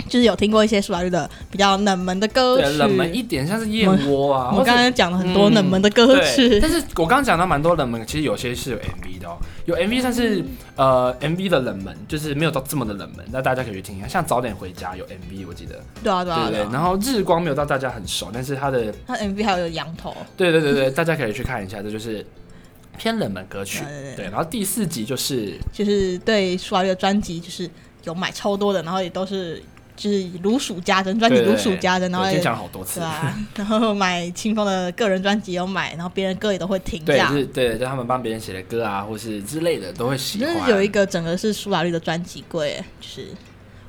S3: 就是有听过一些苏打绿的比较冷门的歌
S2: 对
S3: 曲，
S2: 呃冷门一点，像是燕窝啊，或
S3: 我们
S2: 是
S3: 刚刚讲了很多
S2: 嗯
S3: 冷门的歌
S2: 对，
S3: 曲
S2: 但，是我刚刚讲到蛮多冷门，其实有些是有 MV 的哦，有 MV 算是、
S3: 嗯
S2: 呃 MV 的冷门，就是没有到这么的冷门，那大家可以去听一下。像早点回家有 MV，我记得，
S3: 对啊
S2: 对
S3: 对啊
S2: 对
S3: 对
S2: 对。
S3: 啊，
S2: 然后日光没有到大家很熟，但是它的
S3: 他 MV 还有羊头，
S2: 对对对对，大家可以去看一下，这就是偏冷门歌曲。
S3: 对对对
S2: 对，然后第四集就是
S3: 就是对苏打绿的专辑就是有买超多的，然后也都是就是如数家珍，专辑
S2: 对对
S3: 如
S2: 对
S3: 数家珍，然
S2: 我
S3: 后
S2: 已经
S3: 也
S2: 讲了好多次 <laughs>
S3: 对。啊，然后买清风的个人专辑有买，然后别人歌也都会听，这
S2: 对，
S3: 样
S2: 就。是对，就他们帮别人写的歌啊，或是之类的，都会喜
S3: 真
S2: 欢。
S3: 的有一个整个是苏打绿的专辑柜，就是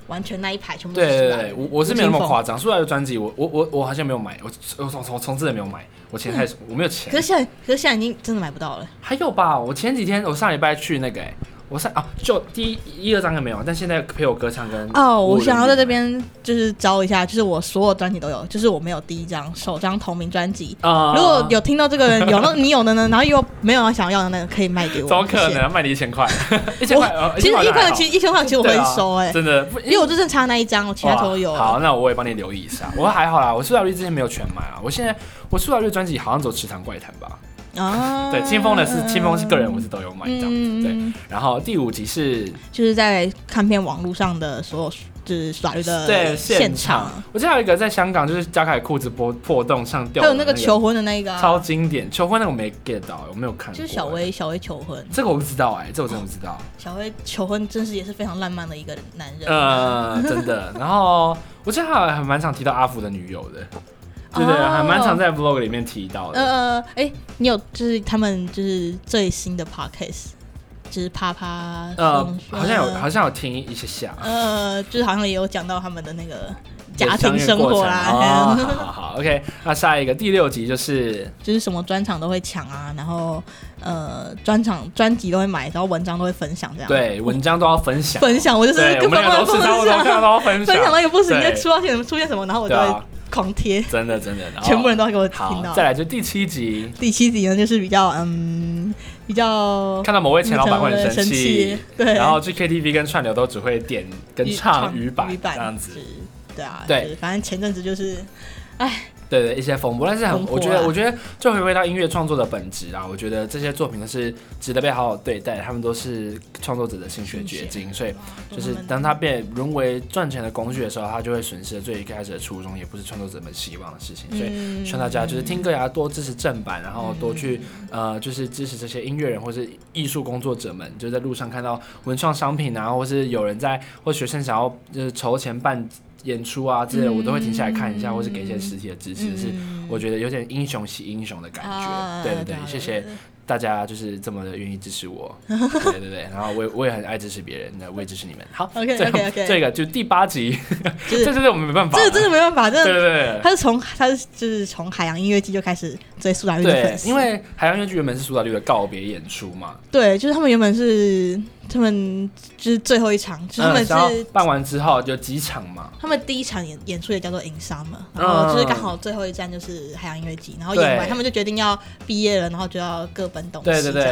S3: 完全那一排全部
S2: 对
S3: 都是
S2: 对对
S3: 苏打
S2: 对，
S3: 绿。
S2: 我我是没有那么
S3: 张。
S2: 夸张。出来的专辑，我我我我好像没有买，我我从从从此也没有买，我钱
S3: 嗯
S2: 太少，我没有钱
S3: 可是。现在，可是现在已经真的买不到了。
S2: 还有吧，我前几天我上礼拜去那个、欸，我上啊，就第一一二张还没有，但现在陪我歌唱跟
S3: 哦，我
S2: 无人
S3: 想要在
S2: 理
S3: 这边就是招一下，就是我所有专辑都有，就是我没有第一张首张同名专辑。
S2: 啊，
S3: 如果有听到这个人有那 <laughs> 你有的呢，然后又没有想要的那个，可以卖给我。
S2: 怎么
S3: 谢
S2: 可
S3: 谢？
S2: 能卖你一千
S3: <laughs>
S2: 块？一千块，呃
S3: 其实一
S2: 1000
S3: 块
S2: 还好
S3: 其实一千块其实我
S2: 对
S3: <laughs> 会
S2: 啊
S3: 收哎、
S2: 真的不
S3: 因为我就正差那一张，我其他都有。啊
S2: 哇好，那我也帮你留意一下。我还好啦，我苏打绿之前没有全买啊，我现在我苏打绿专辑好像只有《池塘怪谈》吧？
S3: 啊，
S2: 对，清风的是清风是个人，我是都有买
S3: 嗯
S2: 到。
S3: 嗯
S2: 对，
S3: 嗯
S2: 然后第五集是
S3: 就是在看遍网络上的所有就是耍驴的
S2: 对
S3: 呃现
S2: 场，我记得还有一个在香港，就是加凯裤子破破洞上掉
S3: 还
S2: 的
S3: 有
S2: 那
S3: 那个求婚的那个、啊，
S2: 超经典，求婚那个我没 get 到，我没有看过。
S3: 就是小，薇小薇求婚，
S2: 这个我不知道哎，这我真的不知道。
S3: 小薇求婚真是也是非常浪漫的一个男人。
S2: 呃，真的。然后我记得还还蛮常提到阿福的女友的，对对，
S3: 哦
S2: 还蛮常在 vlog 里面提到的。
S3: 呃，哎、你有就是他们就是最新的 podcast，就是啪啪
S2: 呃
S3: 风，说
S2: 好像有，好像有听一些下。
S3: 呃，就是好像也有讲到他们的那个家
S2: 有相
S3: 庭
S2: 遇
S3: 生
S2: 过
S3: 活
S2: 程
S3: 啦，
S2: 哦，
S3: <laughs> 嘿
S2: 好好好，OK。那下一个第六集就是
S3: 就是什么专场都会抢啊，然后呃专场专辑都会买，然后文章都会分享这样。，
S2: 对文章都要分享，
S3: <laughs> 分享我就是
S2: 对，我
S3: 根
S2: 们
S3: 本
S2: 两
S3: 不
S2: 个都是
S3: 能分
S2: 差不多，看
S3: <laughs> 享，
S2: 到分
S3: 分享
S2: 享，
S3: 到一个不行，
S2: 对
S3: 就出现什么出现什么，然后我就
S2: 对
S3: 会
S2: 啊
S3: 狂贴，
S2: 真的真的，然后
S3: 全部人都要给我听
S2: 好。
S3: 到
S2: 再。来就第七集，
S3: 第七集呢，就是比较嗯比较
S2: 看到某位前老板会很生气
S3: 气，，对，
S2: 然后去 KTV 跟串流都只会点跟唱
S3: 鱼
S2: 语版这
S3: 版
S2: 样子
S3: 是，，对啊，
S2: 对
S3: 就是反正前阵子就是
S2: 对对，一些风波，但是很，
S3: 风波
S2: 我觉得，
S3: 啊
S2: 我觉得就回归到音乐创作的本质啦。我觉得这些作品都是值得被好好对待，他们都是创作者的心血结晶，所以就是当它变沦为赚钱的工具的时候，它就会损失了最一开始的初衷，也不是创作者们希望的事情。所以
S3: 嗯
S2: 希望大家就是听歌也要多支持正版，然后多去
S3: 嗯
S2: 呃，就是支持这些音乐人或是艺术工作者们，就在路上看到文创商品啊，或是有人在或学生想要就是筹钱办演出啊之类的，我都会停下来看一下，或是给一些实体的支持，是我觉得有点英雄惜英雄的感觉。
S3: 嗯啊
S2: 对对对
S3: 对啊，
S2: 谢谢大家就是这么的愿意支持
S3: <laughs>
S2: 我，对对对，然后我也我也很爱支持别人，那我也支持你们。
S3: <laughs>
S2: 好
S3: <laughs> OK，
S2: 最后
S3: OK，OK
S2: 这个就第八集，
S3: 就
S2: <laughs> 这
S3: 是
S2: 这这我们没办法，
S3: 这个真的没办法，真
S2: 对对
S3: 的。
S2: 对。
S3: 他是从他是就是从海洋音乐季就开始追苏打绿的
S2: 对
S3: 粉，丝，
S2: 因为海洋音乐剧原本是苏打绿的告别演出嘛，
S3: 对，就是他们原本是他们就是最后一场，就是他们
S2: 嗯然后
S3: 是
S2: 办完之后有几场嘛，
S3: 他们第一场演演出也叫做《In Summer》，然后就是刚好最后一站就是海洋音乐季，然后演
S2: 嗯对
S3: 完他们就决定要毕业了，然后就要各奔东西，
S2: 对对，对，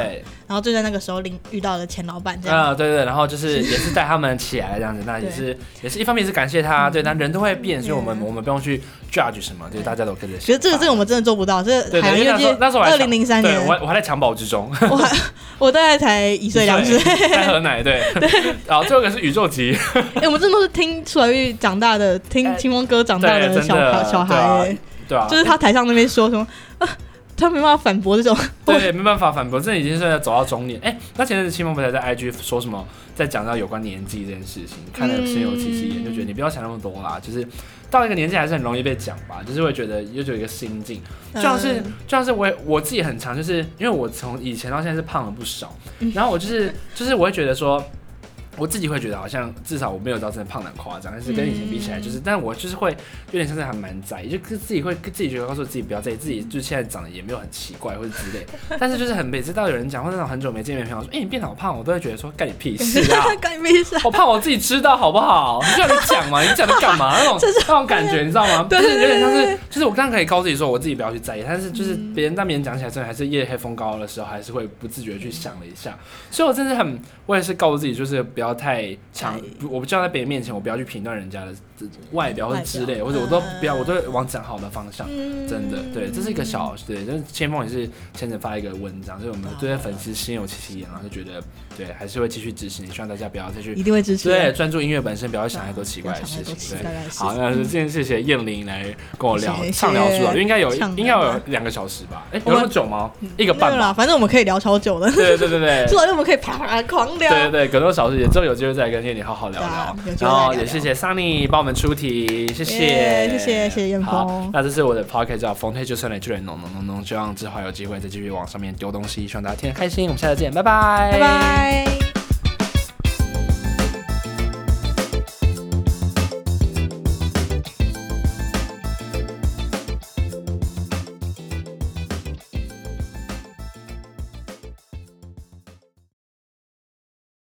S3: 然后就在那个时候领遇到了前老板这样，
S2: 啊对对，然后就是也是带他们起来这样子，那也是也是一方面也是感谢
S3: 嗯
S2: 他，对，但人都会变，所以我们我们不用去 judge 什么，就是大家都跟着想法。
S3: 其实这个这个我们真的做不到，这
S2: 对
S3: 个海
S2: 对，
S3: 洋
S2: 因
S3: 音
S2: 为
S3: 乐
S2: 那时候
S3: 季
S2: 那时候我还
S3: 二零零三
S2: 对
S3: 年，
S2: 我还我还在襁褓之中，
S3: 我还我大概才一岁两岁，
S2: 在喝奶，
S3: <laughs>
S2: 对，然后最后一个是宇宙级，
S3: 哎、我们真的都是听楚怀玉长大的，听
S2: 哎
S3: 清风哥长大
S2: 对真的
S3: 小孩小孩、
S2: 对啊
S3: 哎
S2: 对啊，
S3: 就是他台上那边说什么啊，他没办法反驳这种，
S2: 对，没办法反驳，这已经是走到中年。哎、那前阵子清风不是在 IG 说什么，在讲到有关年纪这件事情，看得深有戚戚焉，就觉得你不要想那么多啦，就是到一个年纪还是很容易被讲吧，就是会觉得又有一个心境，就像
S3: <laughs>
S2: 是、
S3: 嗯
S2: 就像是我也我自己很常，就是因为我从以前到现在是胖了不少，然后我就是就是我会觉得说。我自己会觉得好像至少我没有到真的胖的夸张，但是跟以前比起来，就是，但我就是会有点像是还蛮在意，就是自己会自己觉得告诉自己不要在意，自己就现在长得也没有很奇怪或者之类，但是就是很每次到有人讲或者那种很久没见面的朋友说，哎、你变好胖，我都会觉得说干你屁事啊，
S3: 干没事。
S2: 我怕我自己知道好不好？你叫你讲嘛，你讲的干
S3: <laughs>
S2: 嘛？那种那种感觉，你知道吗？就
S3: 对
S2: 是有点像
S3: 对嗯
S2: 是，就是我刚刚可以告诉自己说，我自己不要去在意，但是就是别人当别人讲起来，真的还是夜黑风高的时候，还是会不自觉地去想了一下。所以我真的很，我也是告诉自己，就是不要太强，我不知道在别人面前，我不要去评断人家的呃外表或者之类，
S3: 外表
S2: 或者我都
S3: 嗯
S2: 不要，我都会往讲好的方向。真的，对，这是一个小对，但是千峰也是前阵发一个文章，所以我们对这些粉丝心有戚戚焉，啊然后就觉得对，还是会继续支持你，希望大家不要再去
S3: 一定会支持的。
S2: 对，专注音乐本身，不要想太多奇怪的事
S3: 不要想太多
S2: 情。
S3: 奇怪的
S2: 对，
S3: 事情
S2: 好，那就今天谢谢燕玲来跟我聊
S3: 谢谢
S2: 畅聊书啊，应该有
S3: 畅聊
S2: 应该有两个小时吧？哎，
S3: 我
S2: 有
S3: 们嗯
S2: 那么久吗？一个
S3: 没有
S2: 半吧？
S3: 啦，反正我们可以聊超久的，
S2: 对对对
S3: <laughs>
S2: 对
S3: 至
S2: 对。
S3: 少我们可以啪啪狂聊。
S2: 对对对，隔多小时也之后有机会再跟燕玲好好聊
S3: 啊
S2: 聊
S3: 对啊有，机会
S2: 然
S3: 再
S2: 后
S3: 聊
S2: 也谢谢 Sunny 帮我们出题，谢谢
S3: 耶谢谢谢谢燕峰
S2: 好那这是我的 podcast 叫《冯退就算了，就来弄弄弄弄》，希望之后还有机会再继续往上面丢东西，希望大家听得开心。我们下次见，拜拜，
S3: 拜拜。